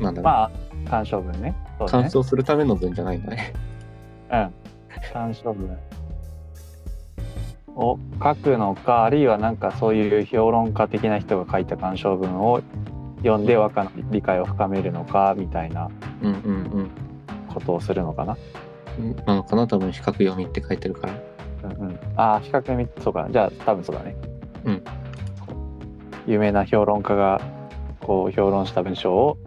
なんだろう、
まあ、鑑賞文ね。そうね
鑑賞するための分じゃないんだね。
うん。鑑賞文を書くのか、あるいはなんかそういう評論家的な人が書いた鑑賞文を読んでわかん理解を深めるのかみたいな
うんうん
ことをするのかな。
うん。なのかな多分、比較読みって書いてるから。
うんうん、ああ、比較的にそうか。じゃあ多分そうだね。
うん。
有名な評論家がこう評論した文章を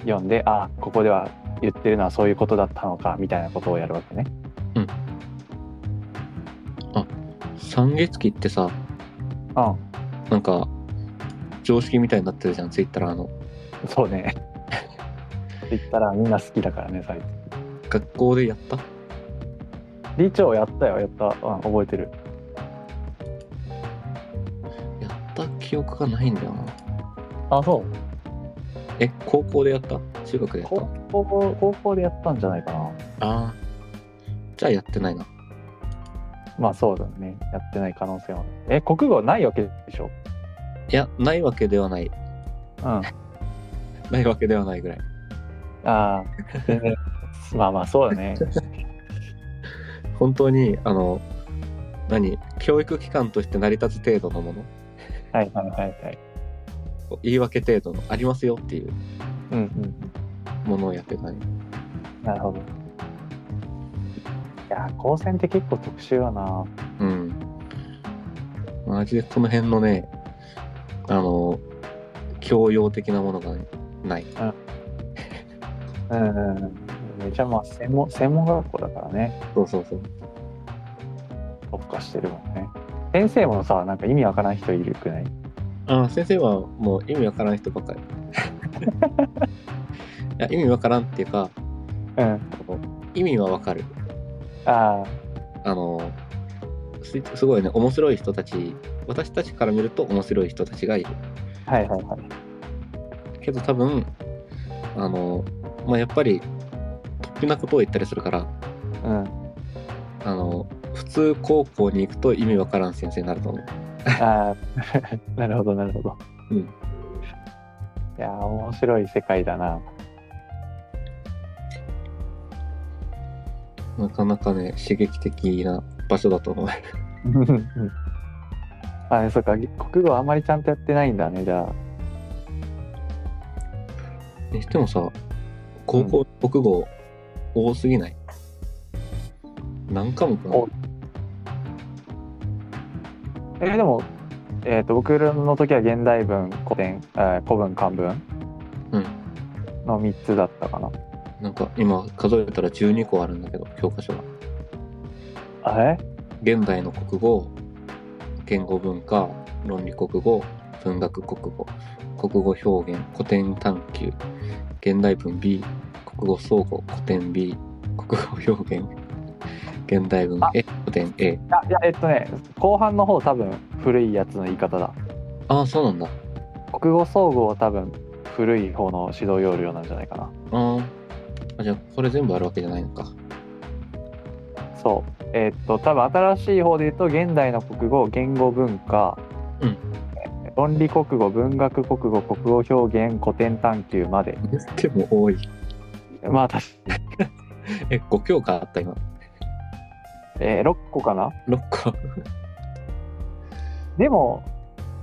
読んで、ああ、ここでは言ってるのはそういうことだったのかみたいなことをやるわけね。
三月期ってさ、
うん。
なんか、常識みたいになってるじゃん、ツイッターの。
そうね。って言ったらみんな好きだからね、最近。
学校でやった
理長やったよやった、うん、覚えてる
やった記憶がないんだよな。
あそう
え、高校でやった中学でやっ
高高校高校でやったんじゃないかな
たああ。じゃあやってないな。
まあそうだねやってない可能性はえ国語ないわけでしょ
いや、ないわけではない。
うんあ
ないわけではないぐらい。
あー全 (laughs) 然まあまあそうだね
本当に、あの、何教育機関として成り立つ程度のもの
はいはいはいはい
言い訳程度のありますよっていう
うんうん
ものをやってたね。
なるほどいやー高専って結構特殊よな
うん。マジでこの辺のね、あの、教養的なものがね、ない。
うんうんうんめちゃまあ専門専門学校だからね
そうそうそう。
特化してるもんね先生もさなんか意味わからん人いるくない
あ先生はもう意味わからん人ばっかり。いや意味わからんっていうか、
うん
意味はわかる。
ああ
あの、すすごいね、面白い人たち、私たちから見ると面白い人たちがいる。
はいはいはい
けど多分、あの、まあ、やっぱり、突飛なことを言ったりするから、
うん
あの、普通高校に行くと意味わからん先生になると思う。
あー (laughs) なるほどなるほど。
うん
いやー面白い世界だな。
なかなかね、刺激的な場所だと思う。
あそうか国語あんまりちゃんとやってないんだねじゃあ。
にしてもさ高校国語多すぎない、何科目なの
多いえーでも、えー、と僕らの時は現代文古典、えー古文漢文
うん
の3つだったかな。
なんか今数えたら12個あるんだけど教科書が
あれ
現代の国語言語文化論理国語文学国語国語表現古典探究現代文 B 国語総合古典 B 国語表現現代文
あ
A 古典 A
あいやえっとね後半の方多分古いやつの言い方だ。
ああそうなんだ
国語総合は多分古い方の指導要領なんじゃないかな。
あーあじゃあこれ全部あるわけじゃないのか
そう。えーっと、多分新しい方で言うと、現代の国語、言語文化、
うん
論理国語、文学国語、国語表現、古典探究まで。
でも多い
まあ、確か
え、5教科あった今。
えー、6個かな
6個。
でも、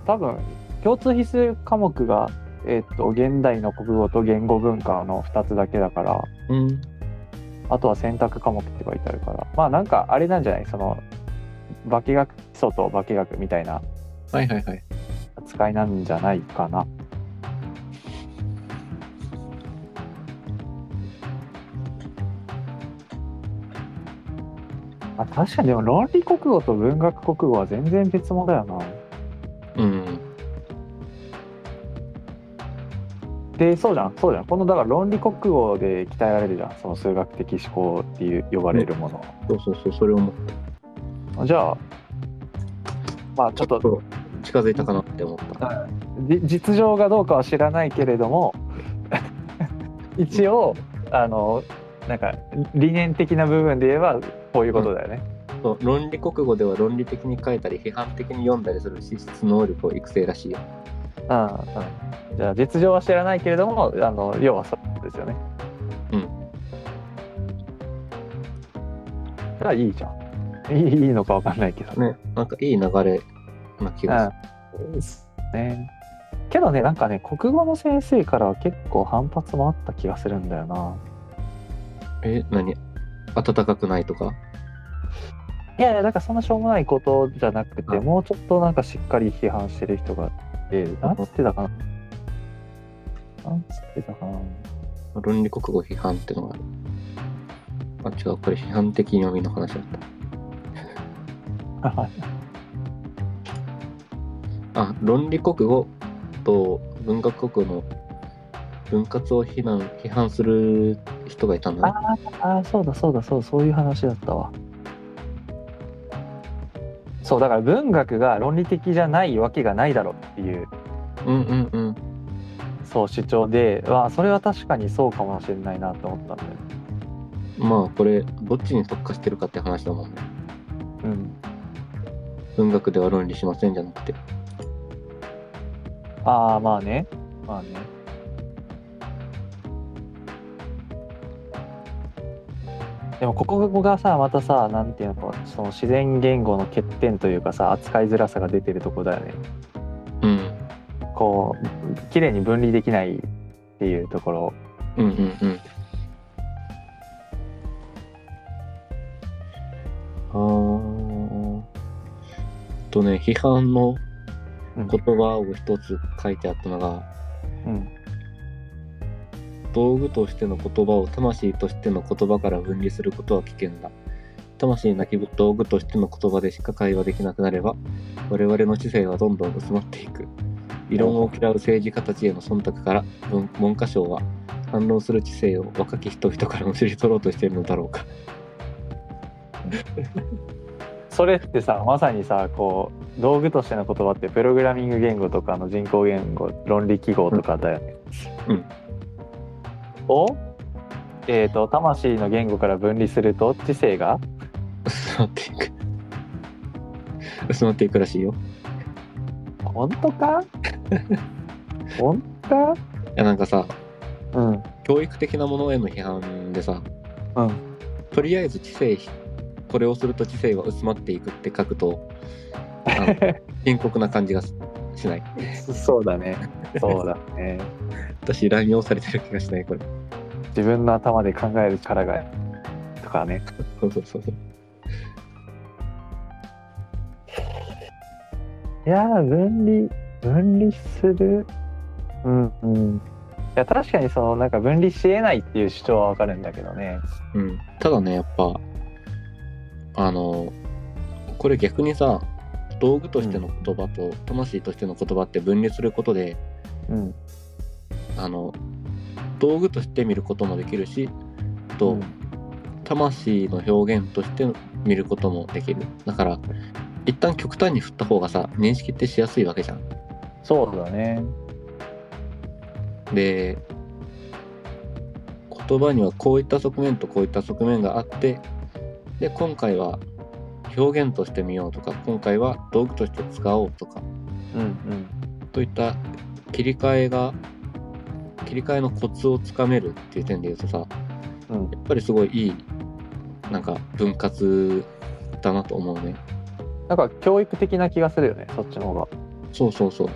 多分、共通必須科目が、えーっと、現代の国語と言語文化の2つだけだから、
うん。
あとは選択科目って書いてあるから、まあ、なんか、あれなんじゃないその、化学基礎と化学みたいな
はいはいはい。
扱いなんじゃないかな。あ確かにでも論理国語と文学国語は全然別物だよな。
うん。
でそうじゃんそうじゃんこのだから論理国語で鍛えられるじゃんその数学的思考っていう呼ばれるもの。
そうそうそう、それを思った。
あじゃあ、まあちょっと
と近づいたかなって思った。
じ実情がどうかは知らないけれども (laughs) 一応あのなんか理念的な部分で言えばこういうことだよね、
そう論理国語では論理的に書いたり批判的に読んだりする資質能力を育成らしいよ。
うんうんじゃあ実情は知らないけれどもあの要はそうですよね
うん
じゃあいいじゃんいいいいのかわかんないけど
ね、なんかいい流れな気が
うんねけどねなんかね国語の先生からは結構反発もあった気がするんだよな
する。え、何暖かくないとか
いやいや、なんかそんなしょうもないことじゃなくて、
うん
もうちょっとなんかしっかり批判してる人がいて、なんつってたかな。なんつってたかな。
論理国語批判ってのがある。あ、違う、これ批判的読みの話だった。あ、論理国語と文学国語の分割を非難批判する人がいたんだね。
ああ、そうだそうだそう、そういう話だったわ。そう、だから文学が論理的じゃないわけがないだろうっていう、
うんうんうん。
そう主張で、わあ、それは確かにそうかもしれないなと思ったんだよね。
まあこれどっちに特化してるかって話だもんね。
うん。
文学では論理しませんじゃなくて。
ああまあねまあねでもここがさまたさなんていうのかその自然言語の欠点というかさ扱いづらさが出てるとこだよね
うん。
こう綺麗に分離できないっていうところ
うんうんうん。あーえっとね、批判の
うん
言葉を一つ書いてあったのが、
うん
道具としての言葉を魂としての言葉から分離することは危険だ。魂なき道具としての言葉でしか会話できなくなれば、我々の知性はどんどん薄まっていく。異論を嫌う政治家たちへの忖度から文文科省は反論する知性を若き人々からも知り取ろうとしているのだろうか。
それってさまさにさこう道具としての言葉ってプログラミング言語とかの人工言語論理記号とかだよね。
うん
を、えー、と魂の言語から分離すると知性が
薄まっていく。薄まっていくらしいよ。
本当 (laughs) か本当か
いやなんかさ、
うん
教育的なものへの批判でさ、
うん
とりあえず知性これをすると知性は薄まっていくって書くとあの深刻な感じがしない
そうだねそうだね
私乱用されてる気がしないこれ
自分の頭で考える力がとかね
そうそうそうそう
いやー分離分離するうんうんいや確かにそのなんか分離しえないっていう主張はわかるんだけどね
うんただねやっぱあのこれ逆にさ道具としての言葉と魂としての言葉って分離することで
うん
あの道具として見ることもできるしと、魂の表現として見ることもできるだから一旦極端に振った方がさ認識ってしやすいわけじゃん
そうだね
で言葉にはこういった側面とこういった側面があってで今回は表現としてみようとか今回は道具として使おうとか
うんうん
といった切り替えが切り替えのコツをつかめるっていう点で言うとさや
うん
っぱりすごいいいなんか分割だなと思うね
なんか教育的な気がするよねそっちの方が
そうそうそう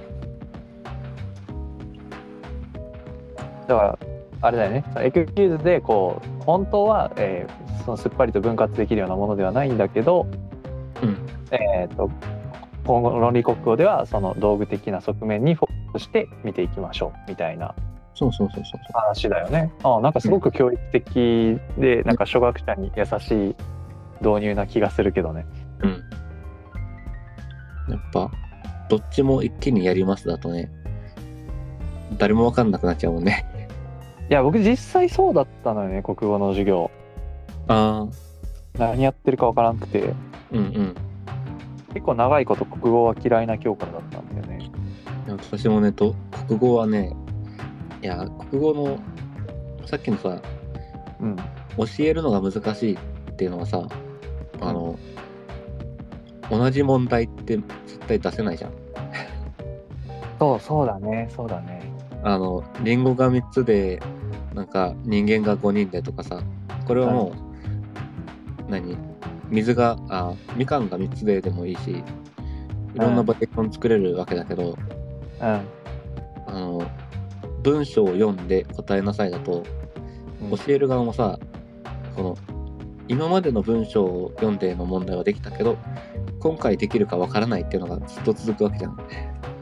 だからあれだよねエクキューズでこう本当は、えーそのすっぱりと分割できるようなものではないんだけど、
うん
えー、と今後の論理国語ではその道具的な側面にフォーカスして見ていきましょうみたいな
そうそうそうそうそう
話だよね。ああなんかすごく教育的で、なんか初学者に優しい導入な気がするけどね。
うん。やっぱ、どっちも一気にやりますだとね、誰もわかんなくなっちゃうもんね。
いや僕実際そうだったのよね国語の授業
ああ、
何やってるかわからなくて。
うんうん。
結構長いこと国語は嫌いな教科だったんだよね。
いや私もねと国語はねいや国語のさっきのさ
うん。
教えるのが難しいっていうのはさあの同じ問題って絶対出せないじゃん。
そう、そうだね、そうだね。
あのリンゴが3つでなんか人間が5人でとかさこれはもう、何水があみかんが3つででもいいしいろんなバリエーション作れるわけだけど、
うん。
あの文章を読んで答えなさいだと
う
教
ん
える側もさその今までの文章を読んでの問題はできたけど今回できるかわからないっていうのがずっと続くわけじゃん。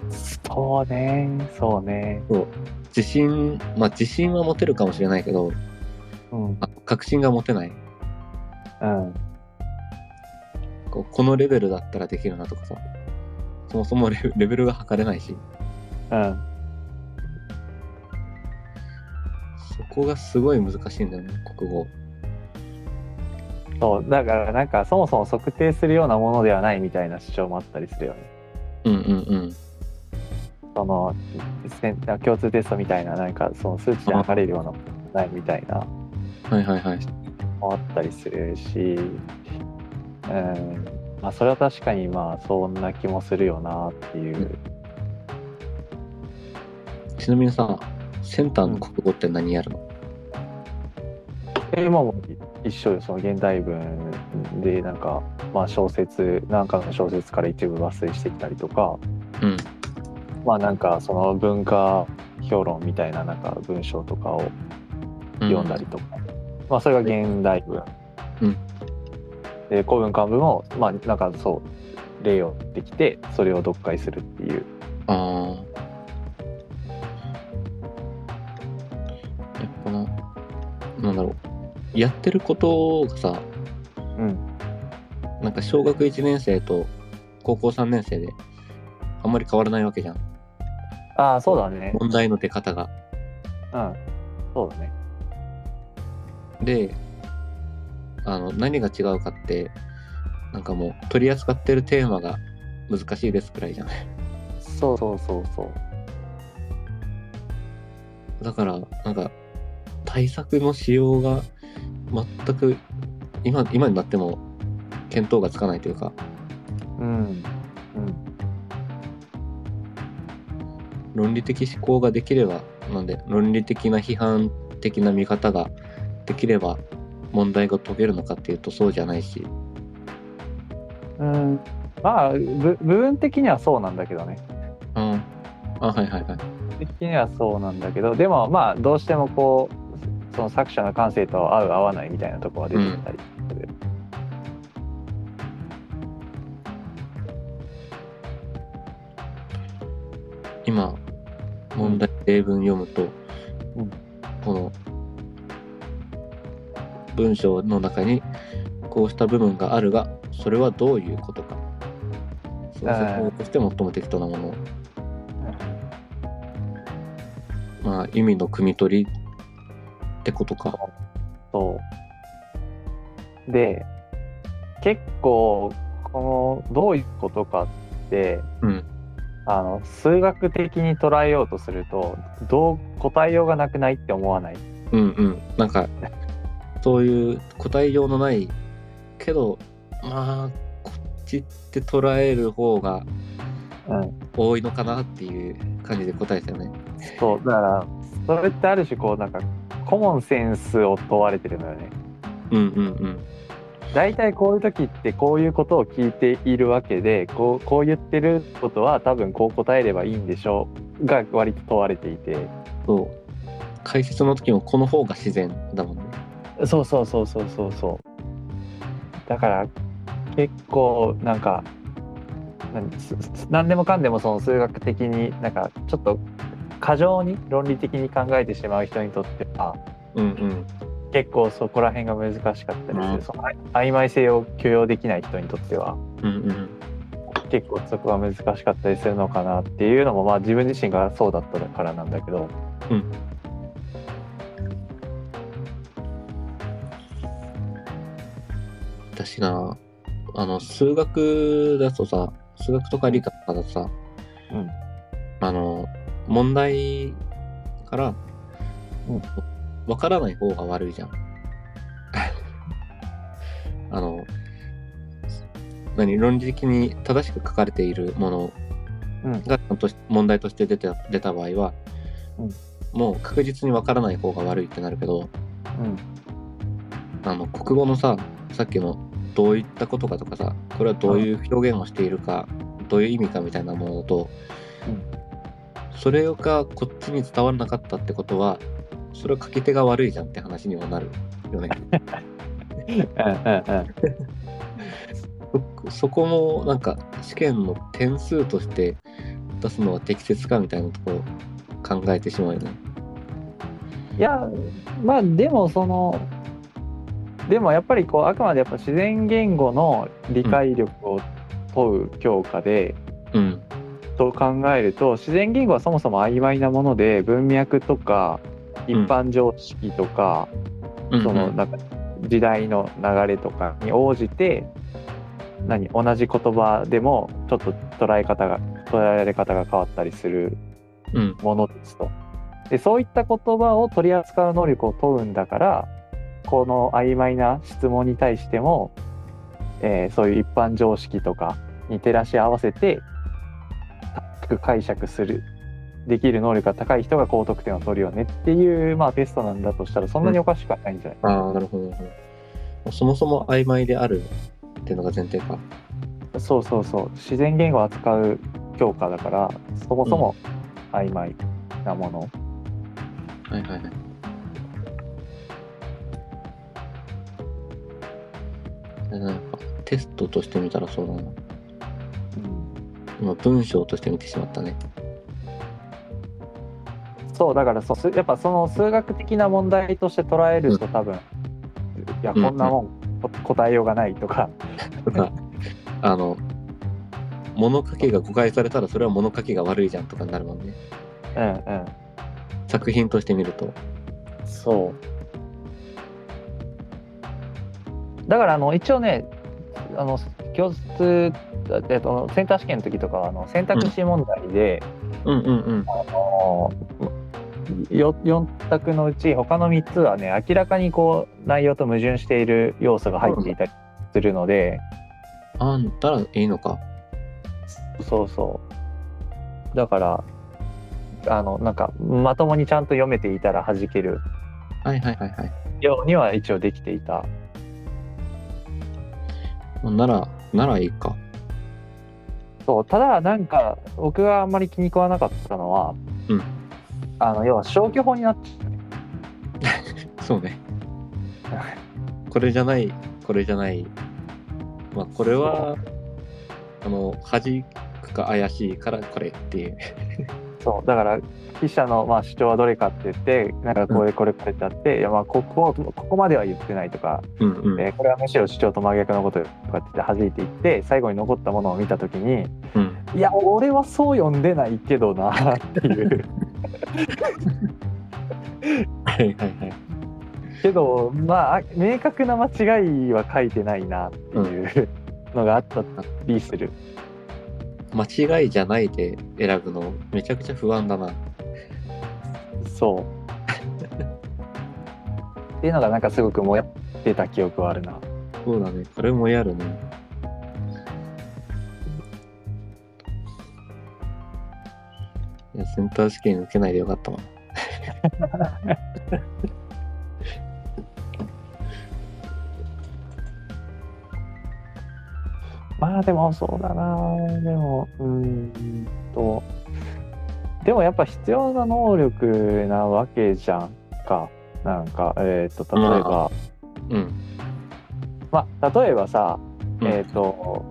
そうね、そうね。
自信まあ自信は持てるかもしれないけど
うん。うん。
あ確信が持てないこうこのレベルだったらできるなとかさそもそもレ (laughs) ベレベルが測れないし
うん。
そこがすごい難しいんだよね国語
そう、だからなんかそもそも測定するようなものではないみたいな主張もあったりするよね。
うんうんうん
その、せん共通テストみたいな、なんかその数値で測れるようなものではないみたいな。
はいはいはい
もあったりするし、うんまあ、それは確かにまあそんな気もするよなっていう
ちなみにさセンターの国語って何やるの、
で今も一緒よその現代文でなんかまあ小説なんかの小説から一部抜粋してきたりとか、
うん
まあなんかその文化評論みたいななんか文章とかを読んだりとか、まあそれが現代文、
うん
で古文漢文をまあなんかそう例をできてそれを読解するっていう
ああ。やっぱな、なんだろう。やってることがさ、
うん、
なんか小学1年生と高校3年生で、あんまり変わらないわけじゃん。
ああそうだね
問題の出方が。
うんそうだね
で、あの、何が違うかって、なんかもう取り扱ってるテーマが難しいですくらいじゃない。
そうそうそうそう
だから、なんか、対策の仕様が全く、今、今になっても見当がつかないというか、
うんうん
論理的思考ができればなんで論理的な批判的な見方ができれば問題が解けるのかっていうとそうじゃないし
うんまあぶ部分的にはそうなんだけどね
うんあはいはいはい
部分的にはそうなんだけどでもまあどうしてもこうその作者の感性と合う合わないみたいなところが出てきたりする、
今問題例文読むと、
うん
この文章の中にこうした部分があるがそれはどういうことかその説明として最も適当なものまあ意味の汲み取りってことか
そうで結構このどういうことかって
うん
あの数学的に捉えようとするとどう答えようがなくないって思わない
うんうんなんかそういう答えようのないけどまあこっちって捉える方が
うん
多いのかなっていう感じで答えたよね。
そうだからそれってある種こうなんかコモンセンスを問われてるのよね
うんうんうん
大体こういう時ってこういうことを聞いているわけでこうこう言ってることは多分こう答えればいいんでしょうが割と問われていて
そう解説の時もこの方が自然だもんね。
そうそうそうそうそうそうだから結構なんか何すす何でもかんでもその数学的になんかちょっと過剰に論理的に考えてしまう人にとっては
うんうん
結構そこら辺が難しかったりする、
うん
その曖昧性を許容できない人にとっては
うんうん
結構そこが難しかったりするのかなっていうのもまあ自分自身がそうだったからなんだけど、
うん私があの、数学だとさ、数学とか理科とかだとさ、
うん
あの、問題から
うん、
わからない方が悪い
(laughs)
じゃん。あの、何、論理的に正しく書かれているもの
うん
がちゃんとし問題として出て出た場合は、
うん
もう確実にわからない方が悪いってなるけど、
うん
あの国語のささっきのどういったことかとかさこれはどういう表現をしているかどういう意味かみたいなものと、
うん
それがこっちに伝わらなかったってことはそれは書き手が悪いじゃんって話にもなるよね (laughs)
う
そ
ん
そこもなんか試験の点数として出すのは適切かみたいなところを考えてしまうよね。
うんいやまあでもそのでもやっぱりこうあくまでやっぱ自然言語の理解力を問う教科で、
うん
と考えると自然言語はそもそも曖昧なもので文脈とか一般常識とか、
うん
その
うん
なんか時代の流れとかに応じて何同じ言葉でもちょっと捉え方が捉えられ方が変わったりする
うん
ものですと。でそういった言葉を取り扱う能力を問うんだからこの曖昧な質問に対しても、えーそういう一般常識とかに照らし合わせて正しく解釈するできる能力が高い人が高得点を取るよねっていうまあベストなんだとしたらそんなにおかしくはないんじゃない、
ああなるほどなるほど。そもそも曖昧であるっていうのが前提か。
そうそうそう自然言語を扱う教科だからそもそも曖昧なもの、
はいはいはい。でなんかテストとして見たらそうだな。
うん
今文章として見てしまったね。
そうだからそすやっぱその数学的な問題として捉えると多分、いや
うん
こんなもん、こ答えようがないとか
とか、あの、物書きが誤解されたらそれは物書きが悪いじゃんとかになるもんね。
うんうん
作品として見ると。
そうだからあの一応ねあの教室えっとセンター試験の時とかはあの選択肢問題で、
うんうんうん。
あのよ4択のうち他の3つはね明らかにこう内容と矛盾している要素が入っていたりするので、
あんたらいいのか。
そうそう。だから、あの、なんか、まともにちゃんと読めていたら弾ける
はいはいはいはい。
ようには一応できていた。
なら、ならいいか。
そう、ただ、なんか、僕があんまり気に食わなかったのは、
うん
あの、要は消去法になっちゃ
そうね。これじゃない、これじゃない。まあ、これは、あの、弾くか怪しいからこれっていう。
う。そう、だから、筆者のまあ主張はどれかって言って、なんかこれこれこれってあって、いやまあここここまでは言ってないとか、
うんうん。
えーこれはむしろ主張と真逆のことよとかって言って弾いていって、最後に残ったものを見たときに、
うん、
いや俺はそう読んでないけどなっていう
はいはいはい。
けどまあ明確な間違いは書いてないなっていうのがあったりする、
間違いじゃないで選ぶのめちゃくちゃ不安だな。
そうっていうのがなんかすごくもやってた記憶はあるな
そうだね。これもやるね。いや、センター試験受けないでよかったわ。
まあでもそうだなでもうーんとでもやっぱ必要な能力なわけじゃんかなんかえっ、と例えば、
まうん。
まあ、例えばさ、
うん
えっ、と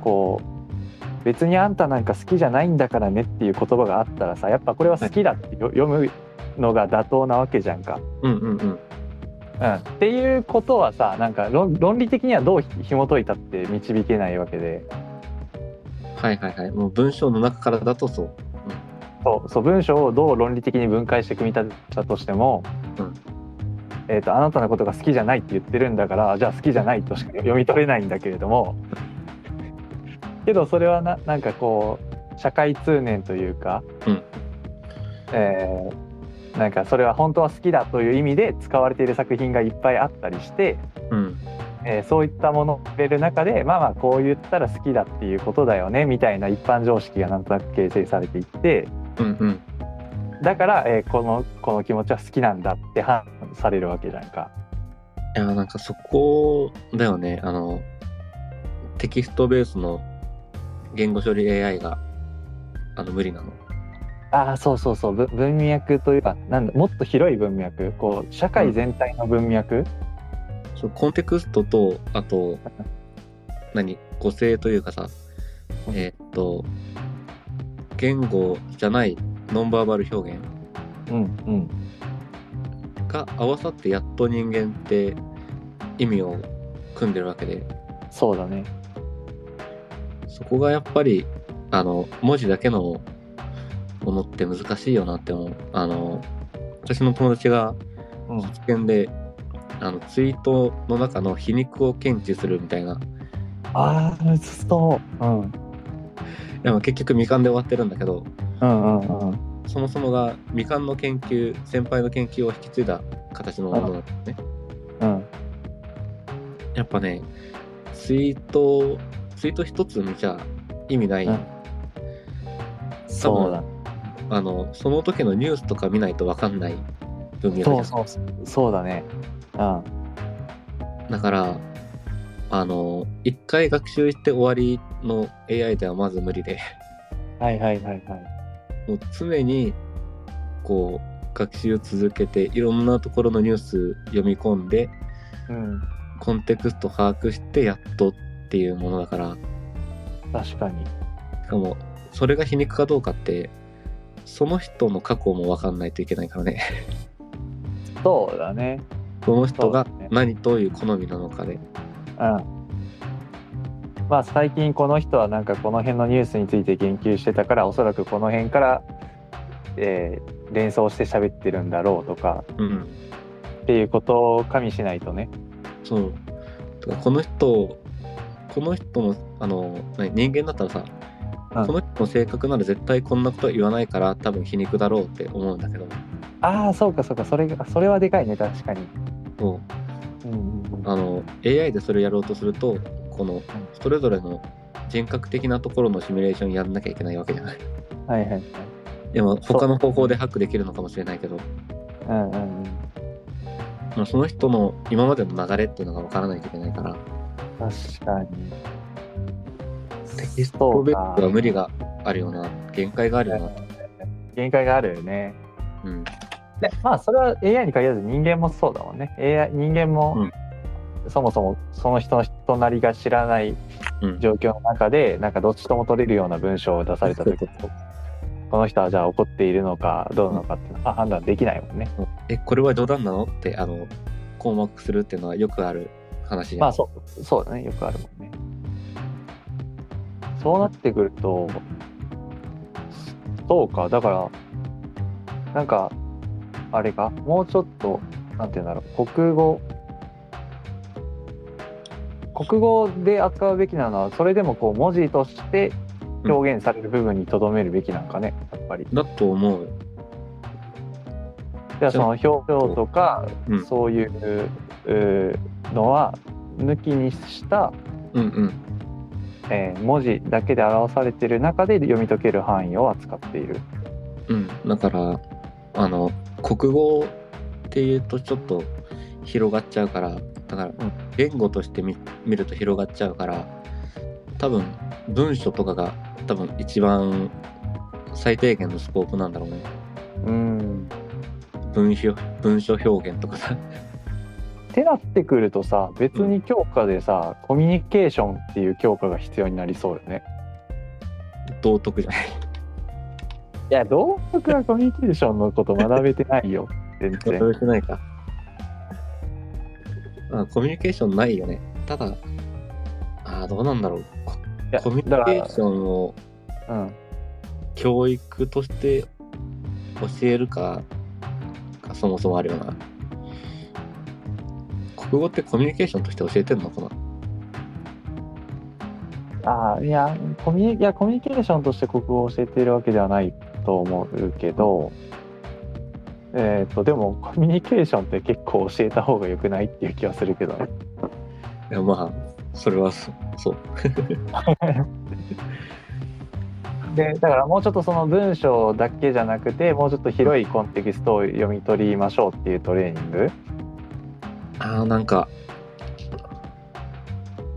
こう別にあんたなんか好きじゃないんだからねっていう言葉があったらさやっぱこれは好きだってよ読むのが妥当なわけじゃんか。
うんうんうん。
うん、っていうことはさなんか論論理的にはどうひ紐解いたって導けないわけで
はいはいはい。もう文章の中からだとそう。
そうそう文章をどう論理的に分解して組み立てたとしても、
うん
えー、とあなたのことが好きじゃないって言ってるんだからじゃあ好きじゃないとしか読み取れないんだけれどもけどそれはななんかこう社会通念というか、
うん
えーなんかそれは本当は好きだという意味で使われている作品がいっぱいあったりして、
うん。
えーそういったものを入れる中でまあまあこう言ったら好きだっていうことだよねみたいな一般常識がなんとなく形成されていって
うんうん。
だから、えーこのこの気持ちは好きなんだって判断されるわけじゃんか。
いや、なんかそこだよね。あの、テキストベースの言語処理 AI が、あの、無理なの。
ああそうそうそうぶ文脈というかなんだもっと広い文脈こう社会全体の文脈、
そうコンテクストと、あと、何、語性というかさ、えーっと、言語じゃないノンバーバル表現
うん、うん
が合わさってやっと人間って意味を組んでるわけで、
そうだね
そこがやっぱり、あの、文字だけのものって難しいよなって思う。あの、私の友達が
うん
実験で、あの、ツイートの中の皮肉を検知するみたいな。
ああ難しそう、うん、うん
でも結局未完で終わってるんだけど、
うんうん
そもそもが未完の研究、先輩の研究を引き継いだ形のものなんですね。
うん
やっぱね、ツイート、ツイート一つ見ちゃ意味ない。
うんそうだ
あの、その時のニュースとか見ないとわかんない分野
そうそうそうそうだねうん
だから、あの、一回学習して終わりの AI ではまず無理で、 (laughs)
はいはいはいはい
もう常に、こう、学習を続けて、いろんなところのニュース読み込んで、
うん
コンテクスト把握して、やっとっていうものだから、
確かに
しかも、それが皮肉かどうかって、その人の過去も分かんないといけないからね。 (laughs)
そうだね
その人が
そうですね
何どういう好みなのかで。
うんまあ最近この人はなんかこの辺のニュースについて言及してたからおそらくこの辺から、えー連想して喋ってるんだろうとか
うん。
っていうことを加味しないとね
そう。だからこの人、この人の、あの、何人間だったらさ、
うん
この人の性格なら絶対こんなことは言わないから多分皮肉だろうって思うんだけど、
ああそうかそうかそれがそれはでかいね確かに、
そう
うんうんうん、
あの、AI でそれをやろうとすると、この、それぞれの人格的なところのシミュレーションやんなきゃいけないわけじゃない。
はいはいはい
でも、他の方法でハックできるのかもしれないけど、
うんうんうん
まあ、その人の今までの流れっていうのが分からないといけないから、
確かに
テキス
そ
ト
う
ベ
か
ースは無理があるよな、限界があるよな。
限界があるよね
うん
でまあそれは AI に限らず人間もそうだもんね AI 人間も、そもそもその人の人なりが知らない
うん
状況の中でなんかどっちとも取れるような文章を出された時この人はじゃあ怒っているのかどうなのかっていうのは判断できないもんね。
えこれは冗談なのってあの困惑するっていうのはよくある話じゃん
まあそうそうだねよくあるもんね。そうなってくるとそうかだからなんかあれかもうちょっとなんて言うんだろう国語国語で扱うべきなのはそれでもこう文字として表現される部分にとどめるべきなんかねやっぱり。
だと思う、
じゃあその表情とか、
うん、
そういううーのは抜きにした、
うんうん
えー文字だけで表されている中で読み解ける範囲を扱っている。
うんだからあの国語っていうとちょっと広がっちゃうからだから
ん
言語として見見ると広がっちゃうから多分文書とかが多分一番最低限のスコープなんだろうね
うん
文書文書表現とかさ (laughs)
ってなってくるとさ別に教科でさ、コミュニケーションっていう教科が必要になりそうよね。
道徳じゃない
いや道徳はコミュニケーションのこと学べてないよ全
ま (laughs) と
然。
めてないか。あコミュニケーションないよね。ただ、あーどうなんだろう。コ
いや
コミュニ
だか
ケ
ら
ーションを
うん
教育として教えるかがそもそもあるよな。国語ってコミュニケーションとして教えてんのかな
ああいやコミュニいやコミュニケーションとして国語を教えているわけではないと思うけど、えー、とでもコミュニケーションって結構教えた方が良くないっていう気はするけどね。
いやまあそれはそそう
でだからもうちょっとその文章だけじゃなくてもうちょっと広いコンテキストを読み取りましょうっていうトレーニング
ああなんか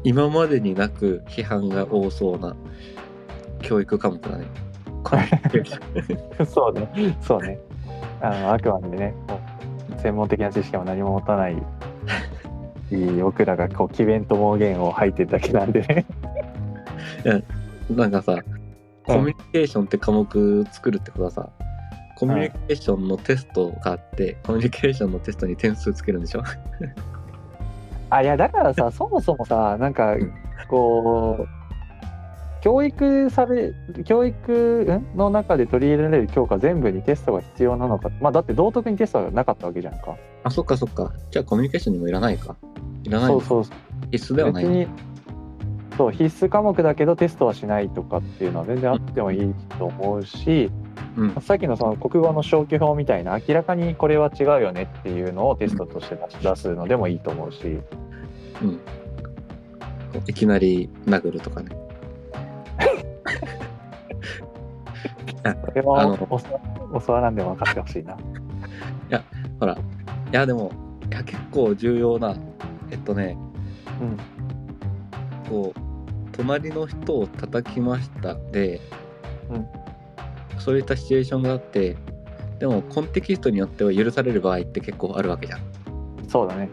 今までになく批判が多そうな教育科目
(laughs)
だね。コミュニケーション
そうね、そうね。あのあくまでね、こう専門的な知識も何も持たないいい僕らがこう詭弁と妄言を吐いてるだけなんでね。
なんかさコミュニケーションって科目作るってことはさコミュニケーションのテストがあって、コミュニケーションのテストに点数つけるんでしょ
あいやだからさ、そもそもさ、なんか
ん
こう教育され教育んの中で取り入れられる教科全部にテストが必要なのか、まあだって道徳にテストがなかったわけじゃんか。
あそっかそっかじゃあコミュニケーションにもいらないかいらない
そ
の
う
か
そう
必須ではない
別にそう必須科目だけどテストはしないとかっていうのは全然あってもいいと思うし、
うん
さっきのその国語の消去法みたいな明らかにこれは違うよねっていうのをテストとして出し出すのでもいいと思うし
いきなり殴るとかね
それ
あ
は
の
教教わらんでも分かってほしいな。
ほらいやでもいや結構重要なえっとね
うん
こう隣の人を叩きましたで、
うん
そういったシチュエーションがあってでもコンテキストによっては許される場合って結構あるわけじゃん
そうだね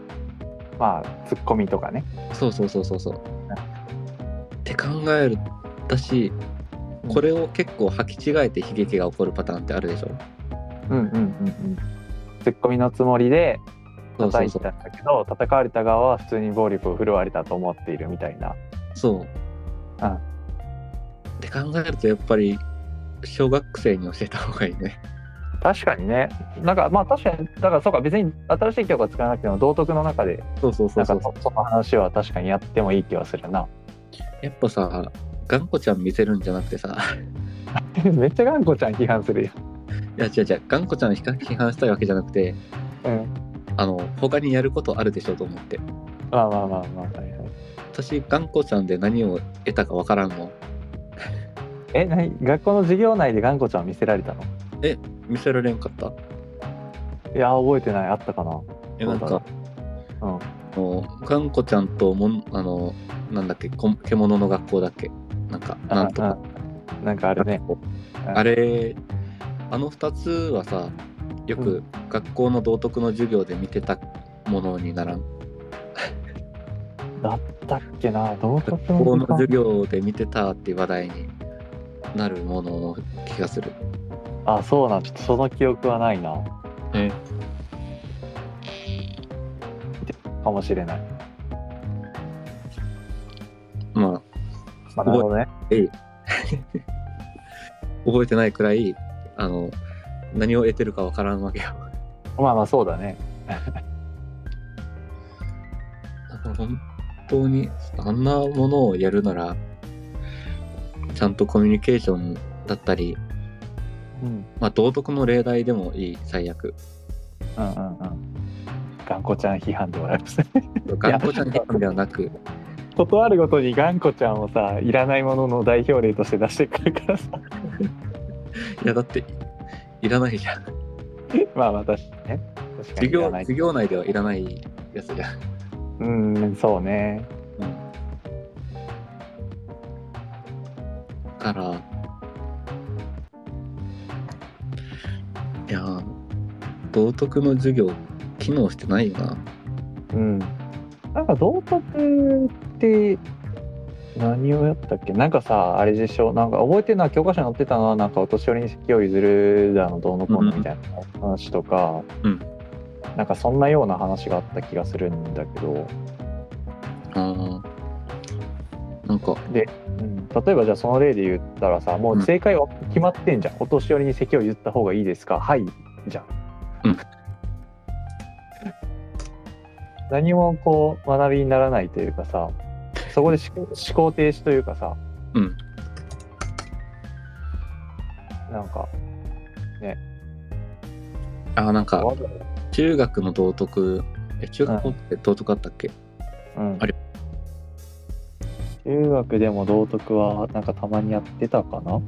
まあツッコミとかね。
そうそうそうそうそうって考えるだしこれを結構履き違えて悲劇が起こるパターンってあるでしょ
うんうんうんうん、ツッコミのつもりで
そうそ
叩
う
い
そう
たんだけど叩かれた側は普通に暴力を振るわれたと思っているみたいな。
そう
うん
って考えるとやっぱり小学生に教えた方がいいね
確かにねなんかまあ確かにだからそうか別に新しい教科使わなくても道徳の中で
そうそうそ
な
うんそ
か
う
そその話は確かにやってもいい気はするな (laughs)
やっぱさ頑固ちゃん見せるんじゃなくてさ
めっちゃ頑固ちゃん批判するよ、
いや違う違う、頑固ちゃんを批判したいわけじゃなくて、
うん、
あの、他にやることあるでしょうと思って。
まあまあまあまあ、はいはい、
私、頑固ちゃんで何を得たかわからんもん。
え何学校の授業内で頑固ちゃん見せられたの
見せられんかった
いや覚えてないあったかな
え、なん
そう
か、
だうん
あの頑固ちゃんともん、あの、なんだっけ、こん獣の学校だっけなんか、
あ
なんとか。
あなんかあれね
あれ、あの2つはさ、よく学校の道徳の授業で見てたものにならん。
だったっけな道
学
徳
校
の
の
時間
授業で見てたっていう話題になるものの気がする。
あそうなんちょっとその記憶はないな
え
かもしれない
まあ、
まあなるほどね
覚えてないくらいあの何を得てるかわからんわけよ。
まあまあそうだね
だから本当にあんなものをやるならちゃんとコミュニケーションだったり、
うん
まあ、道徳の例題でもいい最悪。
うんうんうん頑固ちゃん批判で笑います
頑固ちゃん批判ではなく
断るごとに頑固ちゃんをさいらないものの代表例として出してくるからさ
いやだっていらないじゃん
まあ私ね確かに
授
いら
業
ない
授業内ではいらないやつじゃん。
うんそうね
うん、だからいやー道徳の授業機能してないよな
うんなんか道徳って何をやったっけなんかさあれでしょなんか覚えてるのは教科書に載ってたのはなんかお年寄りに席を譲るだのどうのこうのみたいな話とか、
うん
なんかそんなような話があった気がするんだけど、
あーなんか
うん、例えばじゃあその例で言ったらさもう正解は決まってんじゃん、お年寄りに席を譲った方がいいですかはいじゃん、
うん
(laughs) 何もこう学びにならないというかさそこで思考思考停止というかさ
うん
なんか
あーなんか
わざわ
中学の道徳え中学校って道徳あったっけ、
ざうん
あれ
中学でも道徳はなんかたまにやってたかな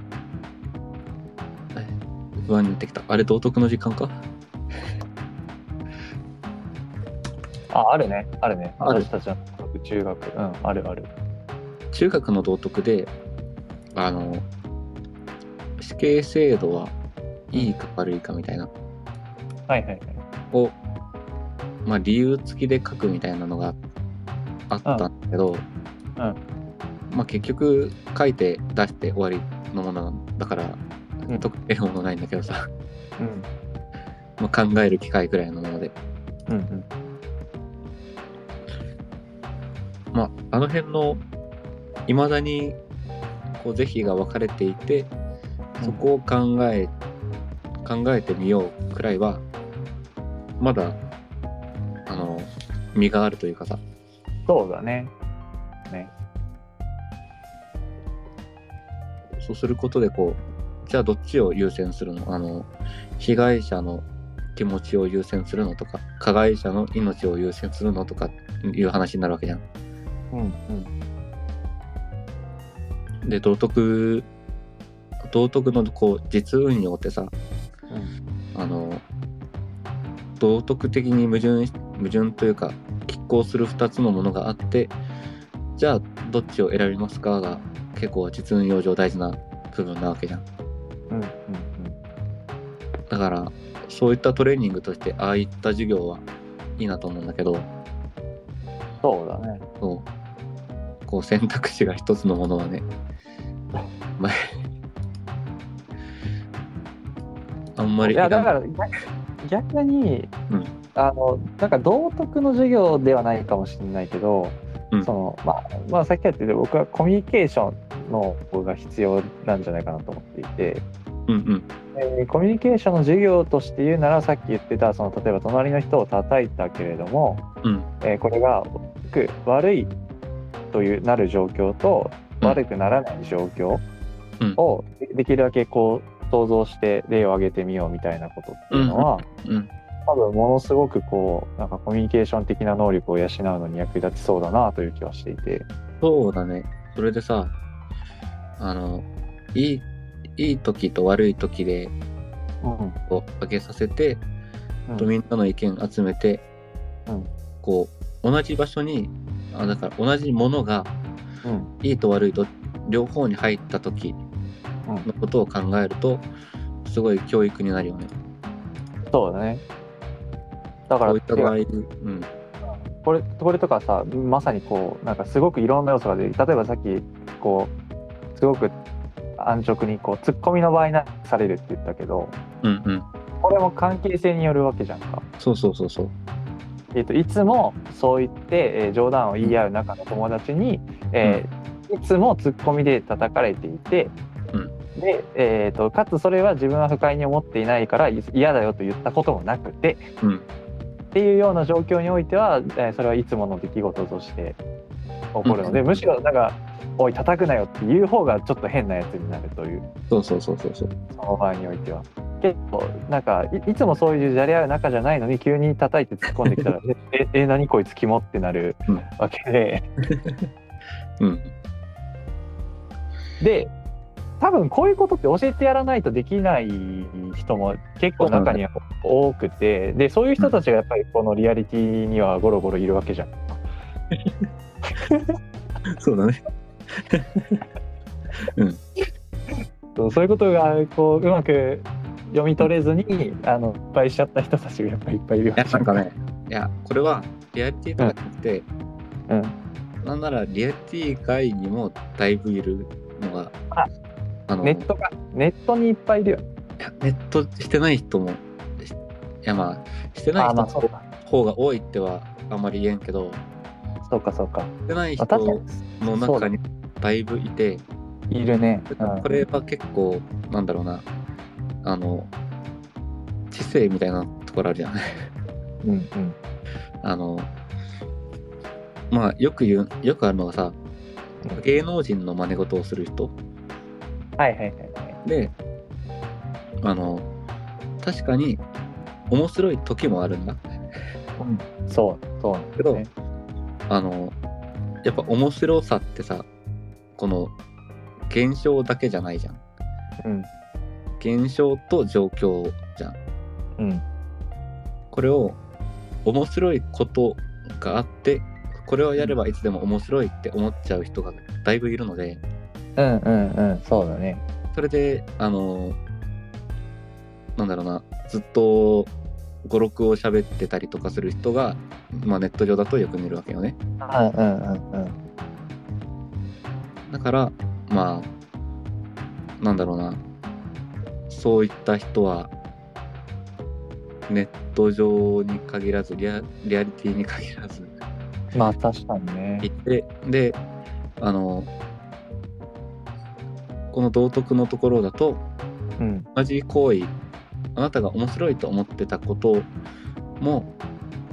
不安になってきたあれ道徳の時間か
ああるねあるね
ある
私たちの道徳中学うんあるある
中学の道徳であの死刑制度はいいか悪いかみたいな
はいはいはい
を、まあ、理由付きで書くみたいなのがあったんだけど、まあ、結局書いて出して終わりのものだから、
うん
特に得るものないんだけどさ、
うん
まあ、考える機会くらいのもので、
うんうん
まあ、あの辺のいまだにこう是非が分かれていてそこを考え考えてみようくらいはまだあの身があるというかさ
そうだねね
そうすることでこうじゃあどっちを優先するのあの被害者の気持ちを優先するのとか加害者の命を優先するのとかいう話になるわけじゃん。
うんうん
で道徳道徳のこう実運用ってさあの道徳的に矛盾し矛盾というか拮抗する2つのものがあってじゃあどっちを選びますかが結構実運用上大事な部分なわけじゃん。
うんうん
だからそういったトレーニングとしてああいった授業はいいなと思うんだけど
そうだね
そうこう選択肢が一つのものはねまああんまり
いやだからら逆逆に、
うん
あのなんか道徳の授業ではないかもしれないけど、
うん
そのまあ、まあさっきやってて僕はコミュニケーションの方が必要なんじゃないかなと思っていて、
うんうん
えーコミュニケーションの授業として言うならさっき言ってたその例えば隣の人を叩いたけれども、
うん
えーこれが大きく悪いというなる状況と
うん
悪くならない状況
うん
をでできるだけこう想像して例を挙げてみようみたいなことっていうのは、
うんうん
多分ものすごくこうなんかコミュニケーション的な能力を養うのに役立ちそうだなという気はしていて。
そうだねそれでさあのいいいい時と悪い時で
うんうん
こう上げさせてとみんなの意見集めて、
うん
こう同じ場所にあだから同じものが
うん
いいと悪いと両方に入った時のことを考えるとすごい教育になるよね。
そうだねだ
こ
から
ういった場合、うん、
これこれとかさまさにこうなんかすごくいろんな要素が出て例えばさっきこうすごく安直にこうツッコミの場合なされるって言ったけど
うんうん
これも関係性によるわけじゃんか、
そうそうそうそう
えー、といつもそう言って、えー冗談を言い合う中の友達に、えーいつもツッコミで叩かれていて、でえー、とかつそれは自分は不快に思っていないからい嫌だよと言ったこともなくて
うん
っていうような状況においては、えーそれはいつもの出来事として起こるので、
うん
むしろなんか「おい叩くなよ」っていう方がちょっと変なやつになるという
そうそうそうそうそう
その場合においては結構なんかいいつもそういうじゃれ合う仲じゃないのに急に叩いて突っ込んで
(laughs)
きたら「えええ何こいつ肝」ってなる
うん
わけで、
うん
で多分こういうことって教えてやらないとできない人も結構中には多くてでそういう人たちがやっぱりこのリアリティにはゴロゴロいるわけじゃん。
そうだね
そうそういうことがこううまく読み取れずにあのいっぱいしちゃった人たちがやっぱりいっぱいいる
(laughs)
わ
いや
けじ
な
ゃ
ん
んか
かねいやこれはリアリティとかじゃなくて、
うん
なんならリアリティ以外にもだいぶいるのが
あ
あの
ネットがネットにいっぱいいるよ。
いやネットしてない人もしいやまあしてない
あ
人
ま
の
あそうか
方が多いってはあんまり言えんけど
そうかそうか。
してない
まあ確か
人の
にそう
中にだいぶいて
いるね。うん
これは結構なんだろうなあの (laughs) 知性みたいなところあるじゃない
うんうん
あのまあよく言うよくあるのがさ芸能人の真似事をする人
はいはいはいはい。
であの確かに面白い時もあるんだ
そう、そうなんですね。
あのやっぱ面白さってさこの現象だけじゃないじゃん
うん。
現象と状況じゃん
うん。
これを面白いことがあってこれをやればいつでも面白いって思っちゃう人がだいぶいるので
うんうんうん。そうだね。
それであのなんだろうなずっと語録を喋ってたりとかする人が、まあ、ネット上だとよく見るわけよね
うんうんうんうん。
だからまあなんだろうなそういった人はネット上に限らずリアリアリティに限らず
まあ確かにね。
いてであのこの道徳のところだと
うん。
同じ行為あなたが面白いと思ってたことも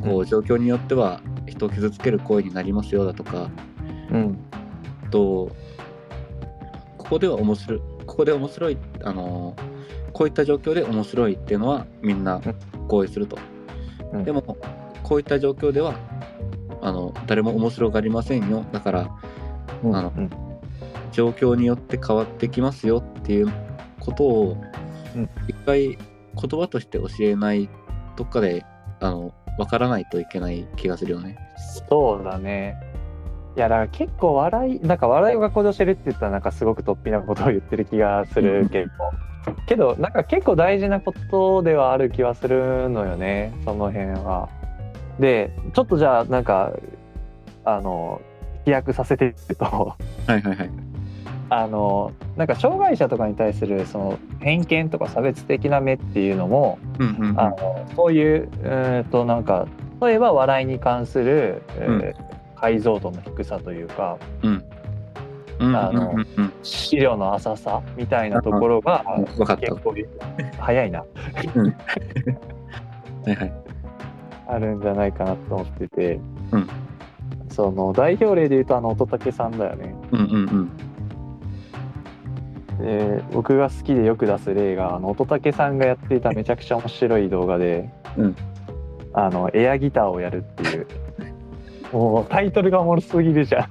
こ
う
う状況によっては人を傷つける行為になりますよだとか
うん。
とここでは面白いここで面白いあのこういった状況で面白いっていうのはみんな合意すると、
うん
でもこういった状況ではあの誰も面白がりませんよだから
うん。
あの状況によって変わってきますよっていうことを
うん
一回言葉として教えないとかであの分からないといけない気がするよね。
そうだね。いやだから結構笑いなんか笑いを学校で教えるって言ったらなんかすごく突飛なことを言ってる気がす
うん
るけど、けどなんか結構大事なことではある気はするのよねその辺は。でちょっとじゃあなんかあの飛躍させてると (laughs)
はいはいはい。
あのなんか障害者とかに対するその偏見とか差別的な目っていうのも、
うんうんうん。
あのそういう、えー、となんか例えば笑いに関する、え
う
ー
ん
解像度の低さというか
うん。うん
あの
うんうん
資料の浅さみたいなところが
うん。分かった。
結
は
構早いな
いはい。
あるんじゃないかなと思ってて、
うん
その代表例で言うとあの乙武さんだよね。
うんうんうん。
で僕が好きでよく出す例があの乙武さんがやっていためちゃくちゃ面白い動画で、
うん
あのエアギターをやるっていうもうタイトルがおもろすぎるじゃん。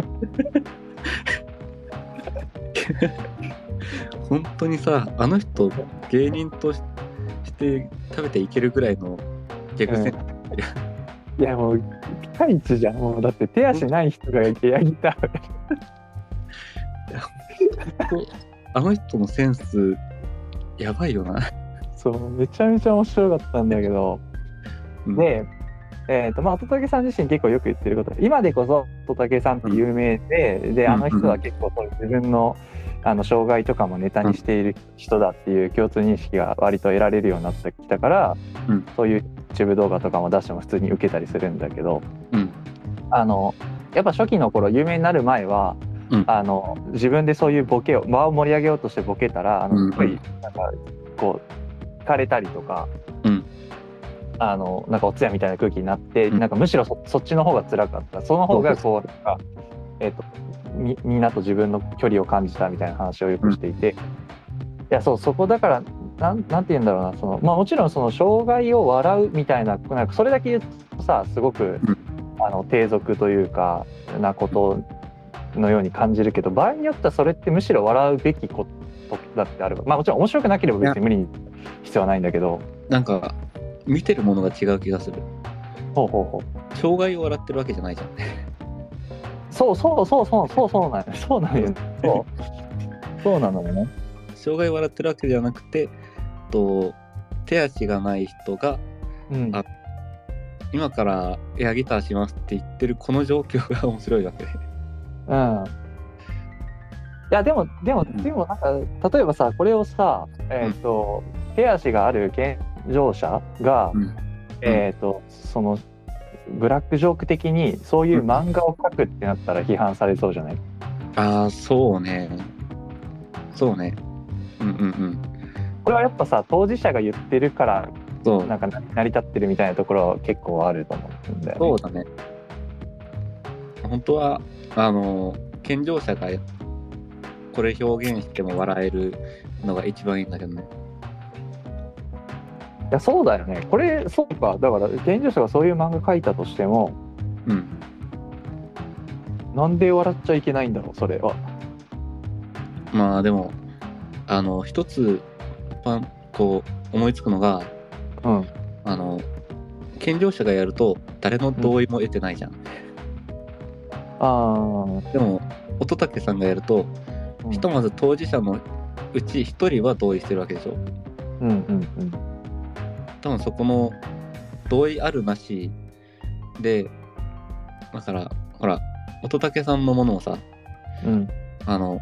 本当にさ、あの人、芸人としして食べていけるぐらいのギャグセン
いやもうピカイチじゃんもうだって手足ない人がエアギター
あの人のセンス、やばいよな。
そうめちゃめちゃ面白かったんだけど
うん、
でえーとまあ、乙武さん自身結構よく言ってること今でこそ乙武さんって有名で,、で
うん
あの人は結構そう自分のあの障害とかもネタにしている人だっていう共通認識が割と得られるようになってきたから、
うん
そういう YouTube 動画とかも出しても普通に受けたりするんだけど、
うん
あのやっぱ初期の頃有名になる前は、
うん
あの自分でそういうボケを場を盛り上げようとしてボケたらあ
うんう
の
ん
すごいなんかこう疲れたりとか、
うん
あのなんかお通夜みたいな空気になって、
うん
なんかむしろそそっちの方が辛かったその方がこうなんか、えっとみみんなと自分の距離を感じたみたいな話をよくしていて、いやそうそこだからなんなんて言うんだろうなその、まあ、もちろんその障害を笑うみたいななんかそれだけ言うとさすごく、
うん
あの低俗というかなことのように感じるけど場合によってはそれってむしろ笑うべきことだってあるまあもちろん面白くなければ別に無理に必要はないんだけど
なんか、見てるものが違う気がする。
ほうほうほう
障害を笑ってるわけじゃないじゃん。
そうそうそうそうそうそうなんよそうなんよそうそうなのよね
障害を笑ってるわけじゃなくて、と手足がない人が
うん
あ今からエアギターしますって言ってるこの状況が面白いわけで。
うんいやでもでも
うん
でもなんか例えばさこれをさえっ、と、手足がある健常者が、
うん
えっ、とそのブラックジョーク的にそういう漫画を描くってなったら批判されそうじゃない、
ああ、そうね。そうね。うんうんうん。
これはやっぱさ当事者が言ってるから
そう。
なんか成り立ってるみたいなところは結構あると思うんだよね。
そうだね。本当はあの健常者がこれ表現しても笑えるのが一番いいんだけどね
いやそうだよねこれそうかだから現状者がそういう漫画描いたとしても
うん
なんで笑っちゃいけないんだろうそれは
まあでもあの一つパンこう思いつくのが
うん
あの健常者がやると誰の同意も得てないじゃん、
ああ
でも乙武さんがやるとひとまず当事者のうち一人は同意してるわけでしょ
うんうんうん
多分そこの同意あるなしでだからほら乙武さんのものをさ
うん
あの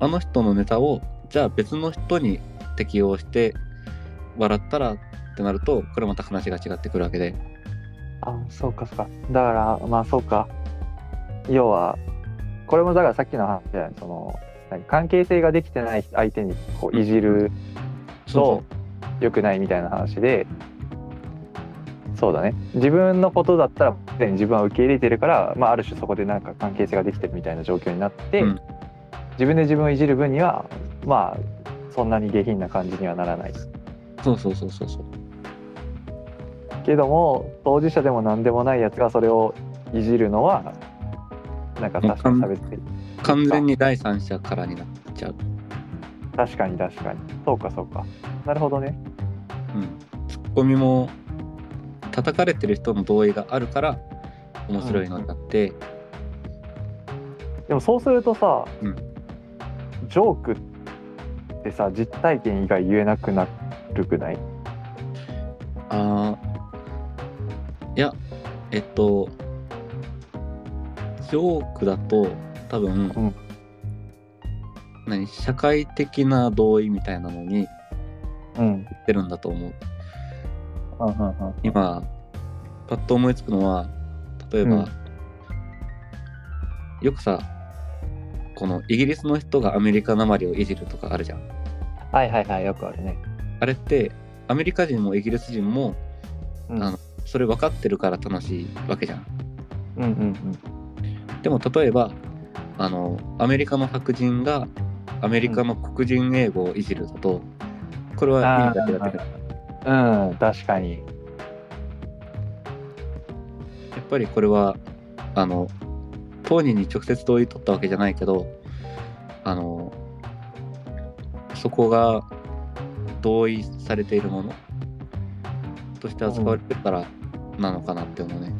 あの人のネタをじゃあ別の人に適用して笑ったらってなるとこれまた話が違ってくるわけで
あそうかそうかだからまあそうか要はこれもだからさっきの話じゃないその何関係性ができてない相手にこういじる
そ
と良くないみたいな話でそうだね自分のことだったら既に自分は受け入れてるから、まあ、ある種そこでなんか関係性ができてるみたいな状況になって、
うん
自分で自分をいじる分にはまあそんなに下品な感じにはならない
そうそうそうそうそう
けども当事者でも何でもないやつがそれをいじるのはなんか確かに差別的
完全に第三者からになっちゃう、
確かに確かにそうかそうかなるほどね
うん、ツッコミも叩かれてる人の同意があるから面白いのになって、
でもそうするとさ、
うん
ジョークってさ実体験以外言えなくなるくない
ああいやえっとジョークだと多分、
うん
何社会的な同意みたいなのに
うん
言ってるんだと思う
うんうん
今パッと思いつくのは例えば、
うん
よくさこのイギリスの人がアメリカなまりをいじるとかあるじゃん
はいはいはいよくあるね
あれってアメリカ人もイギリス人も
うん
あのそれ分かってるから楽しいわけじゃん
うんうん
でも例えばあのアメリカの白人がアメリカの黒人英語をいじるだと、これは意味だけだけどや
うんうん確かに
っぱりこれはあの当人に直接同意取ったわけじゃないけどあのそこが同意されているものとして扱われてるからなのかなって思うね。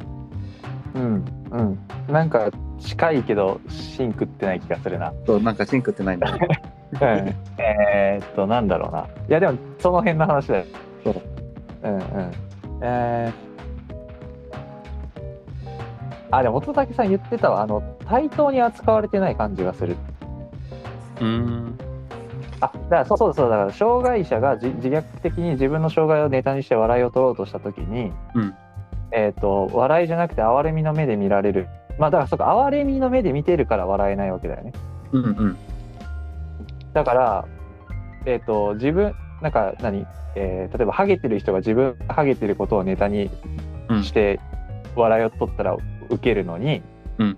うんうんなんか近いけどシンクってない気がするな
そうなんかシンクってないんだね。
えーっと、なんだろうな。いや、でも、その辺の話だよ。
そう。
うんうん。えー、あ、でも、乙武さん言ってたわ。あの、対等に扱われてない感じがする。
うーん
あ、だから、そうそうそう、だから、障害者が自自虐的に自分の障害をネタにして笑いを取ろうとしたときに、
うん
えーっと、笑いじゃなくて、哀れみの目で見られる。まあ、だから、そうか、哀れみの目で見てるから笑えないわけだよね。
うんうん
だから、えっと自分なんか何、えー例えばハゲてる人が自分がハゲてることをネタに
うん
して笑いを取ったらウケるのに、
うん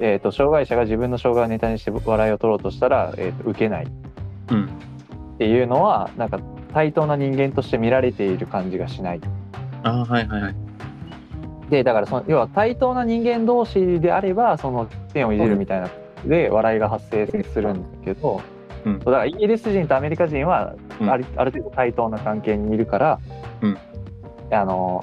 えっと障害者が自分の障害をネタにして笑いを取ろうとしたら、えー、とウケない
うん
っていうのはなんか対等な人間として見られている感じがしない。
ああはいはいはい。
でだからその要は対等な人間同士であればその点をいじるみたいなで笑いが発生するんだけど、
うん
だからイギリス人とアメリカ人は
うん
ある,、ある程度対等な関係にいるから、
うん
あの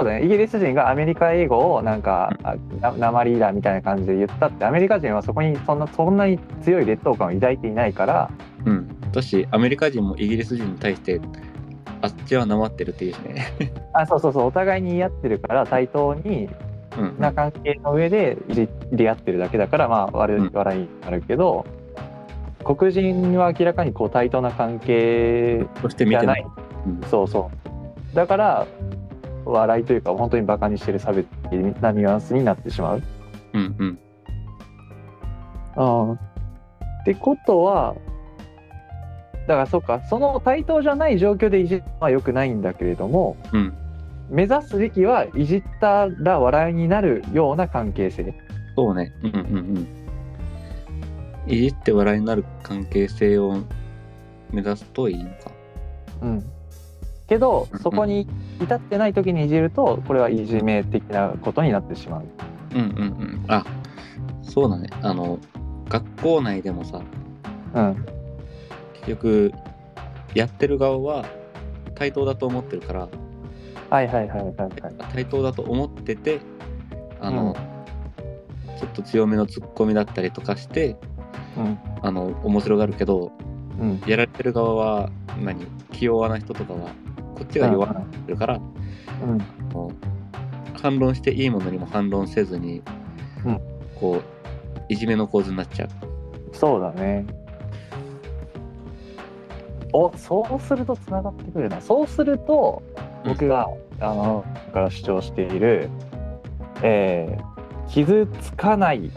そうだねイギリス人がアメリカ英語をなんかあな鉛だみたいな感じで言ったってアメリカ人はそこにそんなそんなに強い劣等感を抱いていないから
うん、だしアメリカ人もイギリス人に対してあっちはなまってるっていうしね。 (laughs)
あそうそうそうお互いに言い合ってるから対等に
うん
な関係の上でいじり合ってるだけだからまあ笑い
うん
笑いになるけど、黒人は明らかにこう対等な関係
そして
じ
見
ゃ
て
な
ないい。うん
そうそうだから笑いというか本当にバカにしてる差別的なニュアンスになってしまう。
うんうん
うん、ってことはだからそうかその対等じゃない状況でいじるのは良くないんだけれども
うん
目指すべきはいじったら笑いになるような関係性
そうね。うんうんうん。いじって笑いになる関係性を目指すといいのか。
うん、けど
うん
そこに至ってない時にいじるとこれはいじめ的なことになってしまう。
うんうんうん。あ、そうだね。あの、学校内でもさ、
うん、
結局、やってる側は対等だと思ってるから、
はいはいはいはいはい。
対等だと思ってて、あの、ちょっと強めのツッコミだったりとかして、
うん
あの、面白がるけど、
うん、
やられてる側は、何、器用な人とかは、こっちが弱ってるから、
うん
こう反論していいものにも反論せずに、
うん
こういじめの構図になっちゃう
そうだね。おそうするとつながってくるな。そうすると僕が、あのから主張している、えー傷つかないい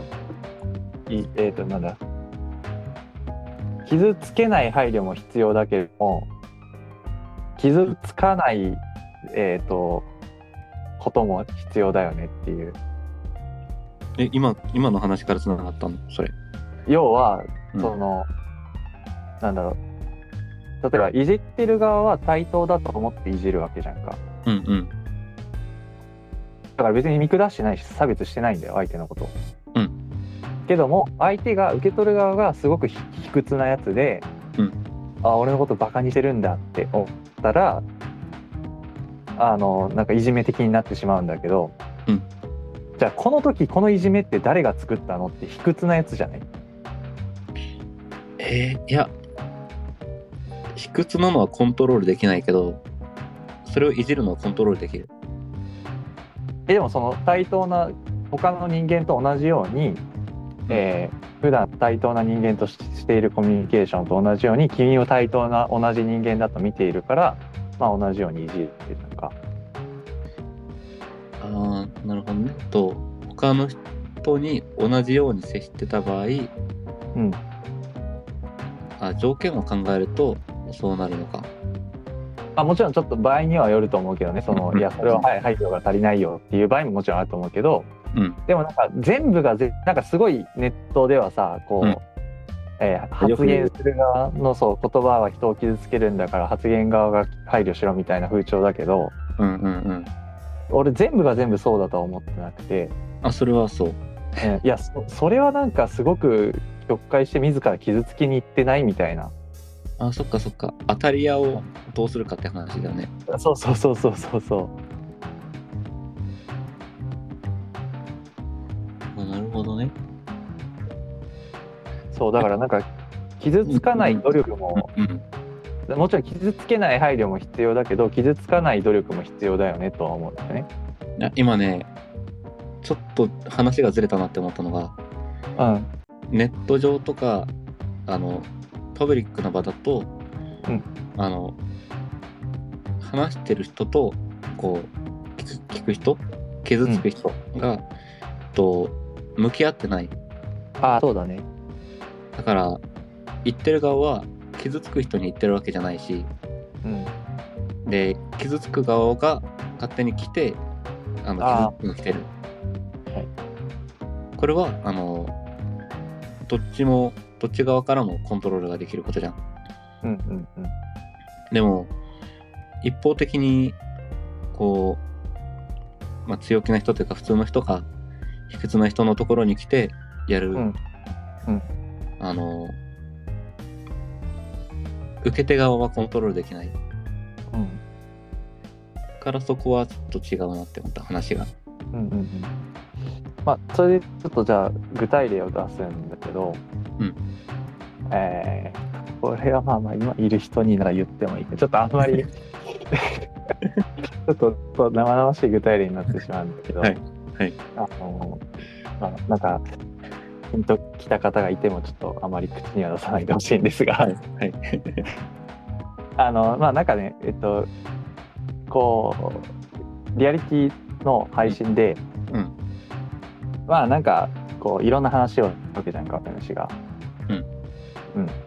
えっ、となんだ傷つけない配慮も必要だけれども傷つかないえっ、とことも必要だよねっていう
え今今の話からつながったのそれ
要は
うん
その、なんだろう例えばいじってる側は対等だと思っていじるわけじゃんか
うんうん
だから別に見下してないし差別してないんだよ相手のこと
うん
けども相手が受け取る側がすごくひ卑屈なやつで、
うん
あ俺のことバカにしてるんだって思ったらあのなんかいじめ的になってしまうんだけど、
うん
じゃあこの時このいじめって誰が作ったのって卑屈なやつじゃない
えーいや卑屈なのはコントロールできないけどそれをいじるのはコントロールできる
えでもその対等な他の人間と同じように、えー普段対等な人間とししているコミュニケーションと同じように君を対等な同じ人間だと見ているから、まあ、同じようにいじるっていうのか
ああなるほどねと他の人に同じように接してた場合
うん
あ条件を考えるとそうなるのか
まあ、もちろんちょっと場合にはよると思うけどねその (laughs)
うん
いやそれははい配慮が足りないよっていう場合ももちろんあると思うけど
うん
でもなんか全部がぜなんかすごいネットではさこう、
うん
えー発言する側のそう言葉は人を傷つけるんだから発言側が配慮しろみたいな風潮だけど、
うんうんうん
俺全部が全部そうだとは思ってなくて、
あそれはそう
うんいやそそれはなんかすごく曲解して自ら傷つきに行ってないみたいな
あ、そっかそっか。当たり屋をどうするかって話だよね。
そうそうそうそうそうそ
あなるほどね。
うそうだからなんか傷つかない努力も
うん。
もちろん傷つけない配慮も必要だけど傷つかない努力も必要だよねとは思うんだよね。
いや今ね、ちょっと話がずれたなって思ったのが、
うん
ネット上とか、あの、パブリックな場だと、
うん
あの、話してる人と、こう、聞く聞く人傷つく人が、と、向き合ってない。
あそうだね。
だから、言ってる側は、傷つく人に言ってるわけじゃないし、
うん
で傷つく側が勝手に来てあの
あ
傷つくに来てる、
はい
これはあのどっちもどっち側からもコントロールができることじゃん
うんうんうん
でも一方的にこう、まあ、強気な人というか普通の人が卑屈な人のところに来てやる、
うんうん
あの受け手側はコントロールできない
うん
からそこはちょっと違うなって思った話が
うんうんうんまあそれでちょっとじゃあ具体例を出すんだけど、
うん
えーこれはまあまあ今いる人になら言ってもいいけどちょっとあん
(laughs)
まりちょっとちょっと生々しい具体例になってしまうんだけど、
はいはい
あの、まあ、なんかピンときた方がいてもちょっとあまり口には出さないでほしいんですが、
はい。
あのまあなんかねえっとこうリアリティの配信で、
うんうん
まあなんかこういろんな話をするわけじゃんか私が。
うん
うん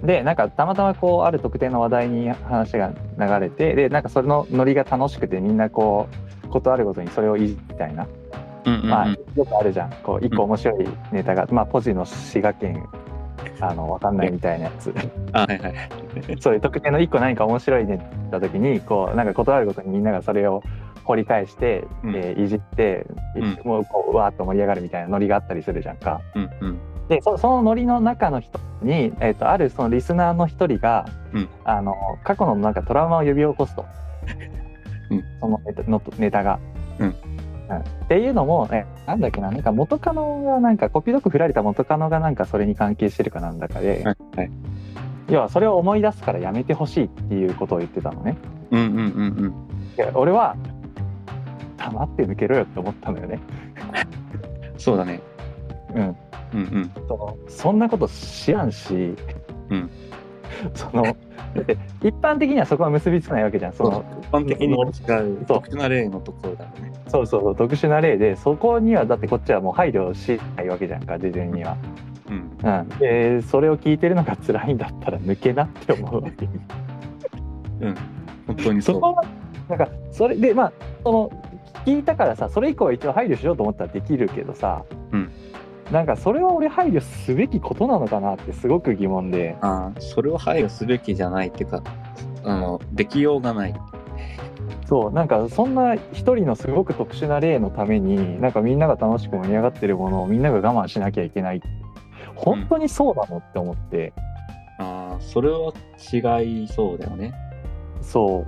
でなんかたまたまこうある特定の話題に話が流れてでなんかそれのノリが楽しくてみんなこうことあるごとにそれをいじみたいな
うんうんうん
まあ、よくあるじゃんこう一個面白いネタが、まあ、ポジの滋賀県あのわかんないみたいなやつ
あはいはい。
そういう特定の一個何か面白いネタだった時にこうなんか断るごとにみんながそれを掘り返して、
うん
えーいじって、
うん
もうこうわーっと盛り上がるみたいなノリがあったりするじゃんか。
うんうん。
でそそのノリの中の人に、えー、とあるそのリスナーの一人が、
うん
あの過去のなんかトラウマを呼び起こすと、
(laughs) うん
そのネタのネタが、
うん
うんっていうのも、ね、なんだっけななんか元カノがなんかコピードク振られた元カノがなんかそれに関係してるかなんだかで、
はいはい
要はそれを思い出すからやめてほしいっていうことを言ってたのね。
うんうんうん
で俺は黙って抜けろよって思ったのよね。
うん。そうだね。
うん
うんうん。
そのそんなこと知らんし、
うん
(laughs) そのだ (laughs) って一般的にはそこは結びつかないわけじゃんその
一般的に違う
そう
特殊な例のところだね。
そうそうそう特殊な例でそこにはだってこっちはもう配慮しないわけじゃんか事前には、
うん。
うん、でそれを聞いてるのが辛いんだったら抜けなって思うわけ
本当に
そ
そう。
こはなんかそれでまあその聞いたからさそれ以降は一応配慮しようと思ったらできるけどさ、
うん
なんかそれは俺配慮すべきことなのかなってすごく疑問で。
あーそれを配慮すべきじゃないっていうか、あの、できようがない。
そうなんかそんな一人のすごく特殊な例のためになんかみんなが楽しく盛り上がってるものをみんなが我慢しなきゃいけない本当にそうなのって思って、
ああ、それは違いそうだよね。
そう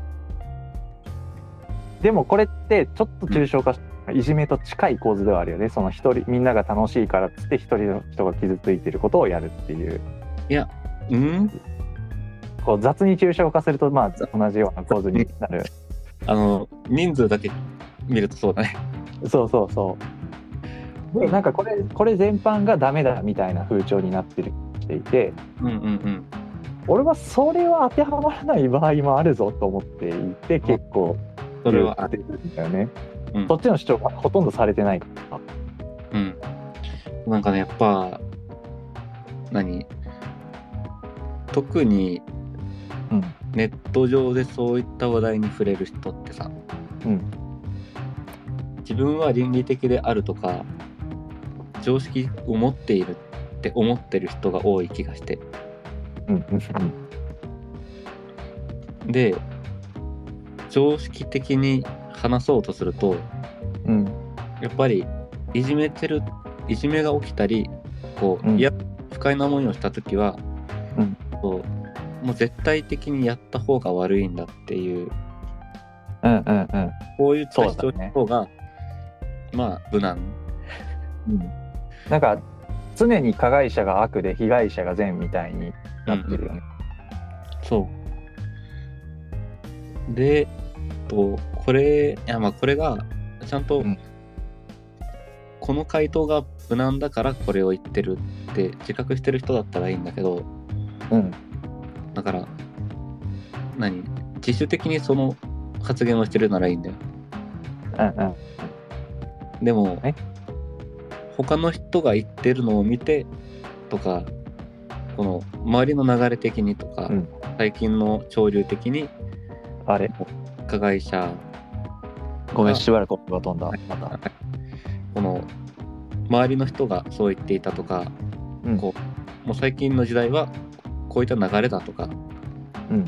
でもこれってちょっと抽象化しいじめと近い構図ではあるよねその一人みんなが楽しいからっつって一人の人が傷ついてることをやるっていう
うん
こう雑に抽象化するとまあ同じような構図になる
あの、人数だけ見るとそうだね。
そうそうそうでなんかこれこれ全般がダメだみたいな風潮になってるっていて
うんうんうん。
俺はそれは当てはまらない場合もあるぞと思っていて結構
それは
当
あ
て
る。
るんだよね、
うん
そっちの主張がほとんどされてないから
うん。なんかね、やっぱ、何特に
うん
ネット上でそういった話題に触れる人ってさ、
うん
自分は倫理的であるとか、常識を持っているって思ってる人が多い気がして。
うんうん
で、常識的に話そうとすると、
うん
やっぱりいじめてるいじめが起きたりこう、
うん
いや不快な思いをした時は、
うん
こうもう絶対的にやった方が悪いんだっていう
うんうんうん
こういう対
そ
処
うだね
法が、まあ無難
うんなんか常に加害者が悪で被害者が善みたいになってるよね、
そうでとこれいやまあこれがちゃんと、
うん
この回答が無難だからこれを言ってるって自覚してる人だったらいいんだけど、
うん
だから、何自主的にその発言をしてるならいいんだよ。
うんうん
でも
え、
他の人が言ってるのを見てとか、この周りの流れ的にとか、
うん
最近の潮流的に
あれ
加害者、
ごめん
あ
しばらく音が飛んだまた
この周りの人がそう言っていたとか、
うん
こうもう最近の時代はこういった流れだとか、
うん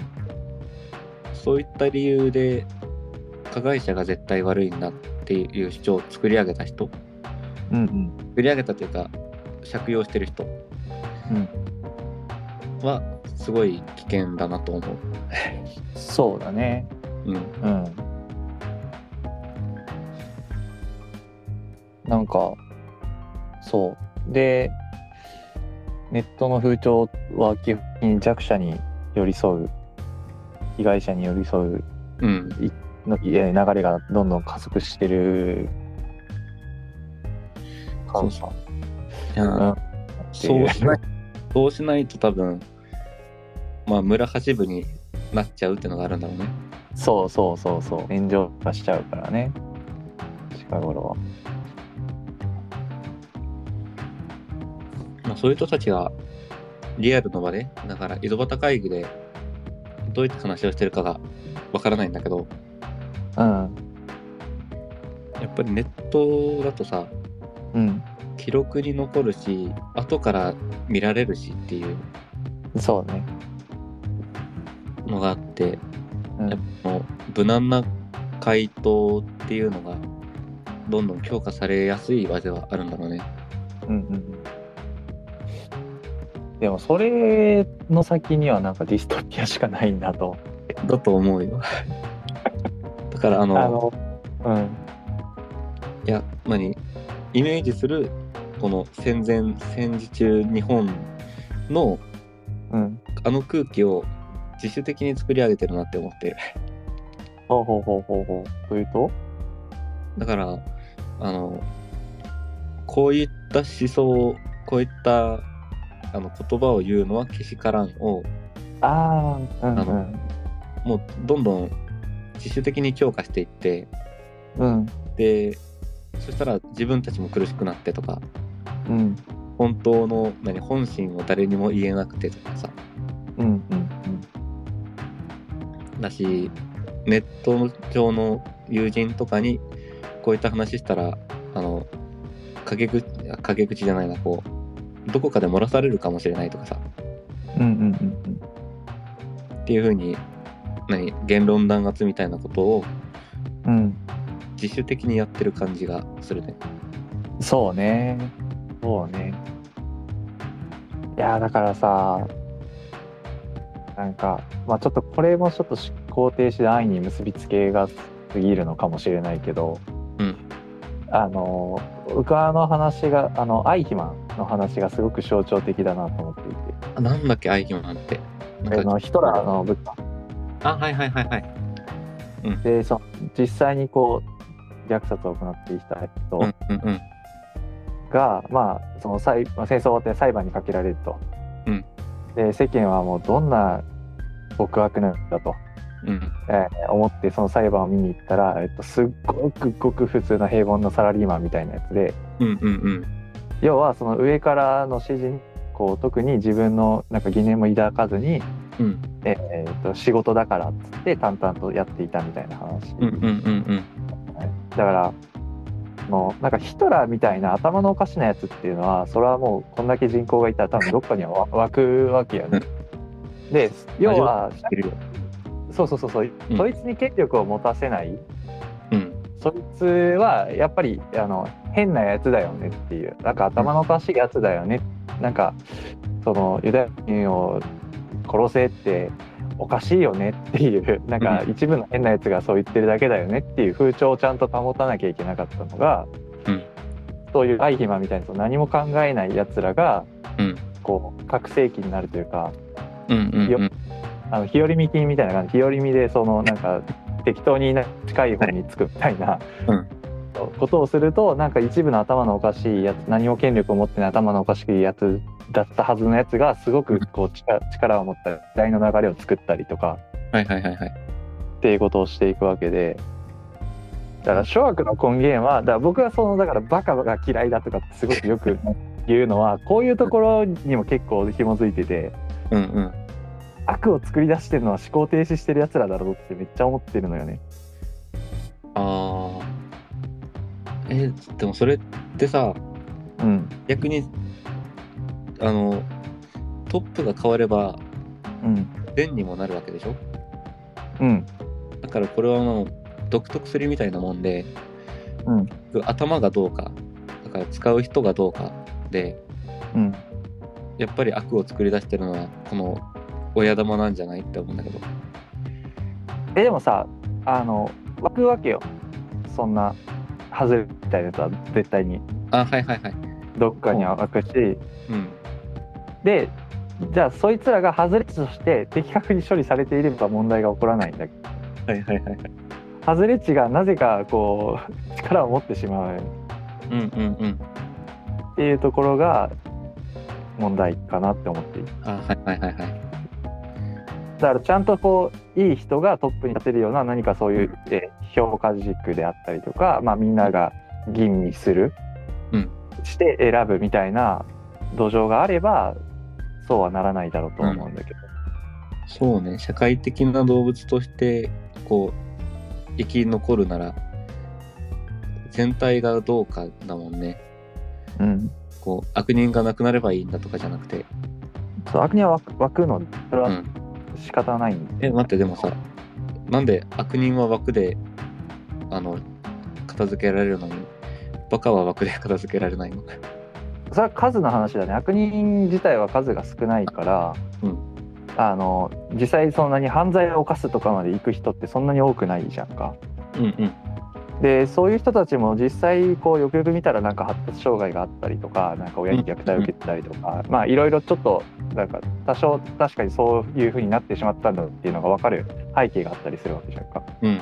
そういった理由で加害者が絶対悪いんだっていう主張を作り上げた人
うんうん
作り上げたというか借用してる人
うん
はすごい危険だなと思
そうだね
う。うん、
うんなんかそうでネットの風潮は基本的に弱者に寄り添う被害者に寄り添う
うん、
のえー流れがどんどん加速してる
そう
さ
いや
うん
そうしないそうしないと多分まあ村八部になっちゃうっていうのがあるんだろうね。
そうそうそうそう炎上がしちゃうからね近頃
まあ、そういう人たちがリアルの場でだから井戸端会議でどういった話をしてるかがわからないんだけど
は
やっぱりネットだとさ
うん。
記録に残るし後から見られるしっていう
そうね。
のがあって
うん
やっぱこの無難な回答っていうのがどんどん強化されやすい技はあるんだろうね。
うんうんでもそれの先にはなんかディストピアしかないんだと。
だと思うよ。だからあの
あの、うん。
いや何イメージするこの戦前戦時中日本の
うん。
あの空気を自主的に作り上げてるなって思ってる。 (laughs)
ほうほうほうほうほう。というと
だからあのこういった思想こういったあの言葉を言うのはけしからんを
ああ、うんうん。
もうどんどん自主的に強化していって
うん。
でそしたら自分たちも苦しくなってとか
うん。
本当の何本心を誰にも言えなくてとかさ
うん。うん。
だしネット上の友人とかにこういった話したらあの陰口陰口じゃないなこうどこかで漏らされるかもしれないとかさ
うん。うん。うん。
っていうふうに何言論弾圧みたいなことを
うん。
自主的にやってる感じがするね。
そうね。そうね。いやー、だからさ、なんか、まあちょっとこれもちょっと思考停止で安易に結びつけが過ぎるのかもしれないけど、
うん
あの、浮川の話が、あの、愛肥満の話がすごく象徴的だなと思っていて、
あなんだっけ愛媛なんて。な
あ
んか
のヒトラーの部下
あはいはいはいはい。
で、その実際にこう、虐殺を行っていた
う
人
んうんうん
が、まあ、その裁まあ戦争終わって裁判にかけられると、
うん
で世間はもうどんな極悪なんだと、
うん
えー思ってその裁判を見に行ったら、えっと、すっごくごく普通の平凡なサラリーマンみたいなやつで
うんうんうん
要はその上からの指示にこう特に自分のなんか疑念も抱かずに、
うん
えーえっと仕事だからっつって淡々とやっていたみたいな話、
うんうんうんうん
だからあのなんかヒトラーみたいな頭のおかしなやつっていうのはそれはもうこんだけ人口がいたら多分どっかにはわ湧くわけやね。で要は
知るよ。
そうそうそうそう、
うん
そいつに権力を持たせない
うん
そいつはやっぱりあの変なやつだよねっていうなんか頭のおかしいやつだよね、なんかそのユダヤ人を殺せっておかしいよねっていう (laughs) なんか
う
一部の変なやつがそう言ってるだけだよねっていう風潮をちゃんと保たなきゃいけなかったのが、
うん
そういうアイヒマンみたいなその何も考えないやつらが、
うん
こう覚醒期になるというか
うんうんうん
あの日和見金みたいな感じ日和見でそのなんか適当にな近い方につくみたいな、
うん
ことをするとなんか一部の頭のおかしいやつ何も権力を持ってない頭のおかしいやつだったはずのやつがすごくこう力力を持った時代の流れを作ったりとか
はいはいはいはい。
っていうことをしていくわけで。だから諸悪の根源はだから僕はそのだからバカが嫌いだとかってすごくよく言うのはこういうところにも結構紐づいてて
うんうん。
悪を作り出してるのは思考停止してるやつらだろうってめっちゃ思ってるのよね。
ああ。えでもそれってさ
うん
逆にあのトップが変われば
うん
善にもなるわけでしょ
うん
だからこれはもう独特するみたいなもんで、
うん
頭がどうかだから使う人がどうかで
うん
やっぱり悪を作り出してるのはこの親玉なんじゃないって思うんだけど
えでもさあの湧くわけよそんな外れみたいなやつは絶対に
あはいはいはい
どっかには湧くし
うん
でじゃあそいつらが外れ値として的確に処理されていれば問題が起こらないんだけど
はいはいはい
外れ値がなぜかこう力を持ってしまう
うんうんうん
っていうところが問題かなって思っている
あはいはいはいはい
だからちゃんとこういい人がトップに立てるような何かそういう、えー評価軸であったりとか、まあ、みんなが吟味する、
うん
して選ぶみたいな土壌があればそうはならないだろうと思うんだけど、
そうね社会的な動物としてこう生き残るなら全体がどうかだもんね。
うん。
こう、悪人がなくなればいいんだとかじゃなくて。
そう悪人は湧く湧くの、それ
う
は
ん。
仕方ないんで。
え、待って、でもさ、なんで悪人は枠で、あの、片付けられるのに、バカは枠で片付けられないの。
それは数の話だね。悪人自体は数が少ないから、
うん
あの実際そんなに犯罪を犯すとかまで行く人ってそんなに多くないじゃんか。
うんうん。
でそういう人たちも実際こうよくよく見たらなんか発達障害があったりとかなんか親に虐待を受けてたりとか、まあいろいろちょっとなんか多少確かにそういうふうになってしまったんだっていうのが分かる背景があったりするわけじゃんか。
うん。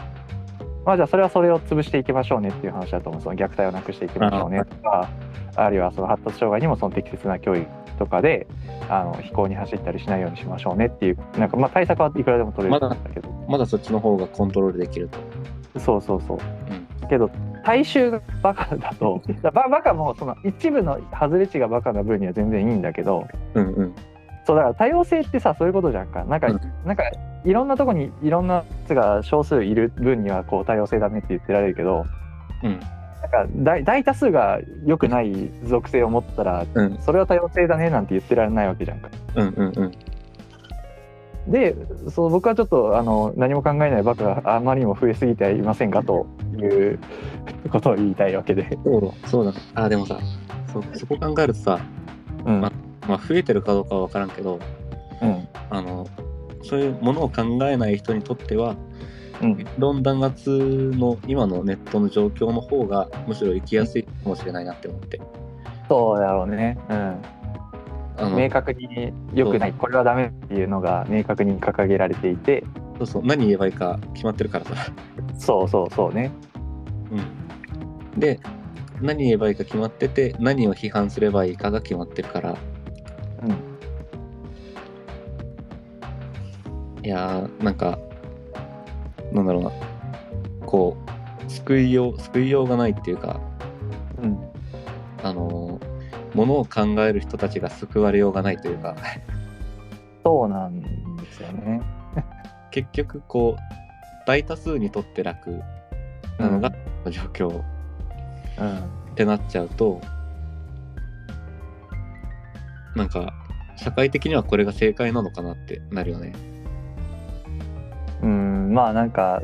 まあじゃあそれはそれを潰していきましょうねっていう話だと思うその虐待をなくしていきましょうねとかあるいはその発達障害にもその適切な教育とかであの非行に走ったりしないようにしましょうねっていうなんかまあ対策はいくらでも取れるんだけど、
まだそっちの方がコントロールできると。
そうそうそう
うん。
けど大衆がバカ
(laughs)
だとだババカもその一部の外れ値がバカな分には全然いいんだけど
うんうん。
そうだから多様性ってさそういうことじゃんかなんか、
うん
なんかいろんなとこにいろんなやつが少数いる分にはこう多様性だねって言ってられるけど
うん。
なんか大大多数が良くない属性を持ったら
うん
それは多様性だねなんて言ってられないわけじゃんか。
うんうんうん。
でそう僕はちょっとあの何も考えないバカがあまりにも増えすぎていませんかということを言いたいわけで。
そうだ、そうだ。あ、でもさ、そ、そこ考えるとさ、
うん
ままあ、増えてるかどうかは分からんけど、
うん
あの、そういうものを考えない人にとっては、
うん
論弾圧の今のネットの状況の方が、むしろ生きやすいかもしれないなって思って。
そうだろうね、
あ
うん、
の
明確に良くないこれはダメっていうのが明確に掲げられていて
そうそう、何言えばいいか決まってるからさ。
そうそうそうね
うん。で、何言えばいいか決まってて、何を批判すればいいかが決まってるから、
うん
いやー、なんか、なんだろうな、こう、救いよう、救いようがないっていうか、
うん
あのー、ものを考える人たちが救われようがないというか、 (laughs)
そうなんですよね
結局、こう、大多数にとって楽なのが、状況
うん
ってなっちゃうと、なんか、社会的にはこれが正解なのかなってなるよね。
うん、まあなんか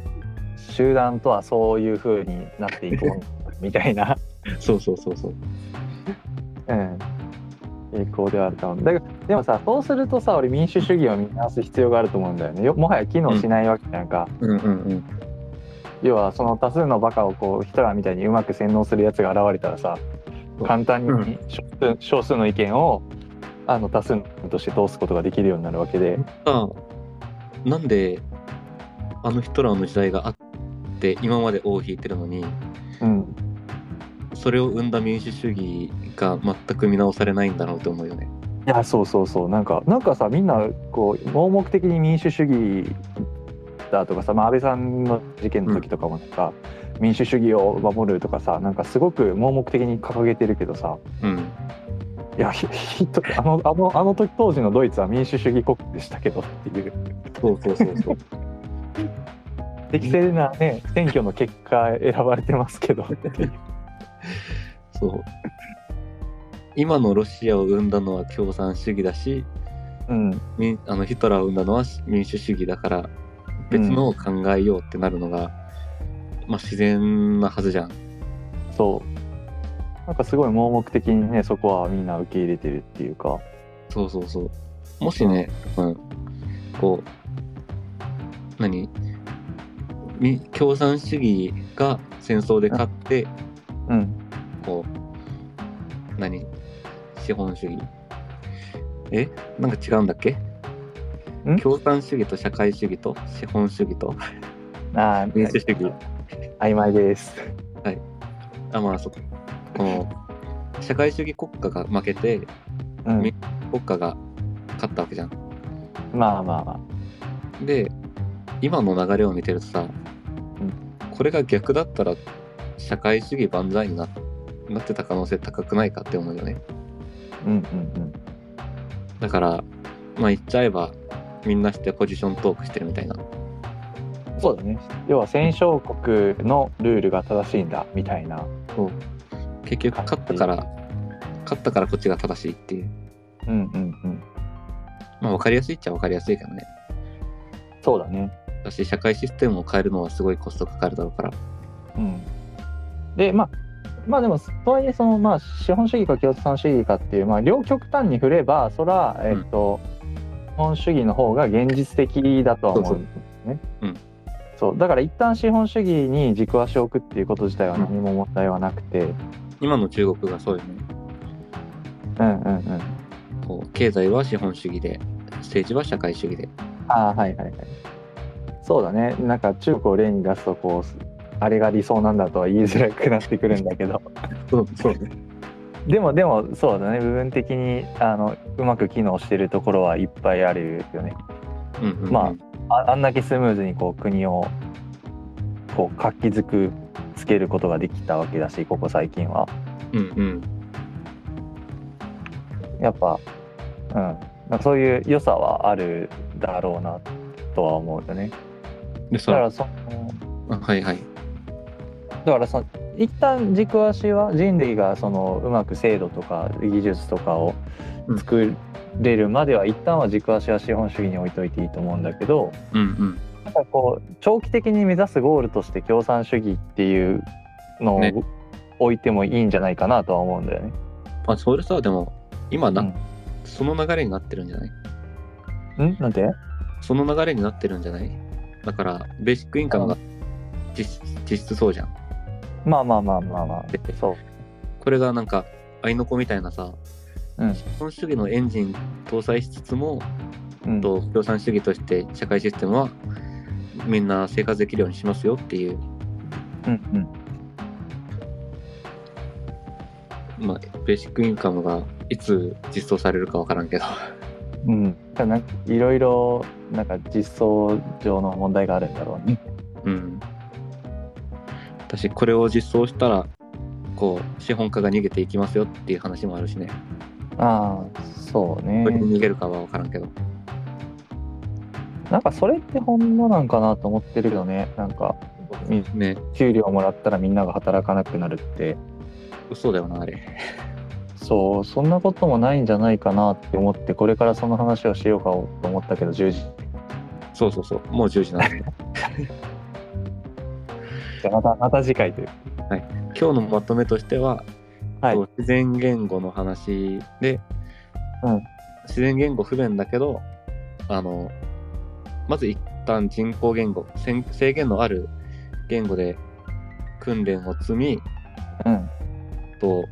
集団とはそういう風になっていこうみたい (laughs) な、
そうそうそうそう。
うん、傾向ではあると思うだけどでもさそうするとさ俺民主主義を見直す必要があると思うんだよねよもはや機能しないわけじゃんか、
うんうんうん。
要はその多数のバカをこうヒトラーみたいにうまく洗脳するやつが現れたらさ簡単
う
に少数少数の意見をあの多数のとして通すことができるようになるわけで
さあなんであのヒトラーの時代があって今まで尾を引いてるのに
うん
それを生んだ民主主義が全く見直されないんだろうと思うよね。
いやそうそうそうなんかなんかさみんなこう盲目的に民主主義だとかさ、まあ、安倍さんの事件の時とかもなんか、民主主義を守るとかさなんかすごく盲目的に掲げてるけどさ
うん、
いやひひとあのあのあの時当時のドイツは民主主義国家でしたけどっていう。
そうそうそうそう。
適正なね選挙の結果選ばれてますけ (laughs) ど
そう今のロシアを生んだのは共産主義だし
うん
民あのヒトラーを生んだのは民主主義だから別のを考えようってなるのが、まあ自然なはずじゃん。
そうなんかすごい盲目的にねそこはみんな受け入れてるっていうか
そうそうそう。もしね、うん、こう、何み共産主義が戦争で勝って、
うん
こう、何資本主義えなんか違うんだっけ
ん
共産主義と社会主義と資本主義と
ああ
民主主義。
曖昧です
あ、まあそっか。この、社会主義国家が負けて、
うん
み国家が勝ったわけじゃん。
まあまあま
で今の流れを見てるとさ、
うん
これが逆だったら社会主義万歳にななってた可能性高くないかって思うよね
あうんうん
だからまあ言っちゃえばみんなしてポジショントークしてるみたいな
うんそうだね要は戦勝国のルールが正しいんだみたいな
そう。結局、勝ったから、勝ったからこっちが正しいっていう。
うんうんうん。
まあ、わかりやすいっちゃわかりやすいけどね。
そうだね。
だし、社会システムを変えるのはすごいコストかかるだろうから。
うん。で、まあ、まあでも、とはいえ、その、まあ、資本主義か共産主義かっていう、まあ、両極端に振れば、そら、えっ、と、資本主義の方が現実的だとは思うんですね。
そうそううん
そうだから一旦資本主義に軸足を置くっていうこと自体は何も問題はなくて、
今の中国がそうよね。
うんうんうん。
こう、経済は資本主義で、政治は社会主義で。
ああはいはいはいそうだねなんか中国を例に出すとこうあれが理想なんだとは言いづらくなってくるんだけど
そうそうね。
でもでもそうだね部分的にあのうまく機能してるところはいっぱいあるよね
うんうん、うん。
まああんだけスムーズにこう国をこう活気づくつけることができたわけだしここ最近は
うんうん。
やっぱうんなんかそういう良さはあるだろうなとは思うよね
で
だから
さ、
その
あはいはい。
だからその一旦軸足は人類がそのうまく制度とか技術とかを作れるまでは一旦は軸足は資本主義に置いといていいと思うんだけど
うんうん。
なんかこう長期的に目指すゴールとして共産主義っていうのを
ね
置いてもいいんじゃないかなとは思うんだよね。
まあ、それさ、でも、今な、
うん
その流れになってるんじゃない
んなんて
その流れになってるんじゃないだから、ベーシックインカムが実実質そうじゃん。
まあまあまあまあまあ
で
そう。
これがなんか、アイノコみたいなさ、
うん
資本主義のエンジン搭載しつつも、
うん、
と共産主義として社会システムはみんな生活できるようにしますよっていう、
うんうん
まあ、ベーシックインカムがいつ実装されるかわからんけど。
うん、ただなんかいろいろなんか実装上の問題があるんだろうね。
うん。私、これを実装したら、こう、資本家が逃げていきますよっていう話もあるしね。
ああそうね。
これで逃げるかは分からんけど。
なんかそれってほんのなんかなと思ってるけどねなんかみ
ね、
給料もらったらみんなが働かなくなるって
嘘だよな、あれ。
そうそんなこともないんじゃないかなって思ってこれからその話をしようかと思ったけど10時
そうそうそう。もう10時なんで。
じゃあまたまた次回という
今日のまとめとしては、
はい
そう自然言語の話で、
うん
自然言語不便だけど、あの、まず一旦人工言語、せん制限のある言語で訓練を積み、
うん
と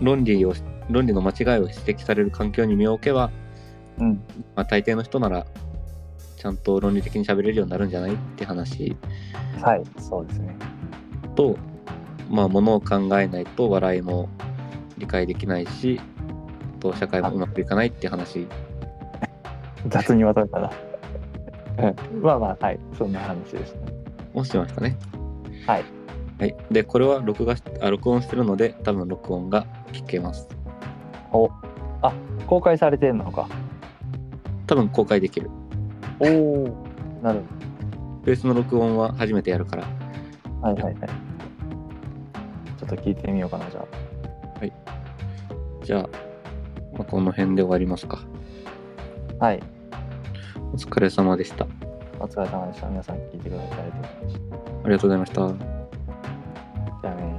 論理を論理の間違いを指摘される環境に身を置けば、
うん
まあ、大抵の人ならちゃんと論理的に喋れるようになるんじゃないって話
はいそうですね
と、まあ、ものを考えないと笑いも理解できないしと社会もうまくいかないって話
雑に渡れたなうんまあまあはいそんな話でし
をしましたね。
はい、
はい、でこれは録画しあ録音してるので多分録音が聞けます。
た公開されてるのか
多分公開できる。
おおなる
ベースの録音は初めてやるから。
ほどはいはいはいちょっと聞いてみようかなじゃあ
じゃあ、まあ、この辺で終わりますか。
はい
お疲れ様でした。あ
お疲れ様でした皆さん聞いてくださいありがとうございました
りがとうございました。
じゃあね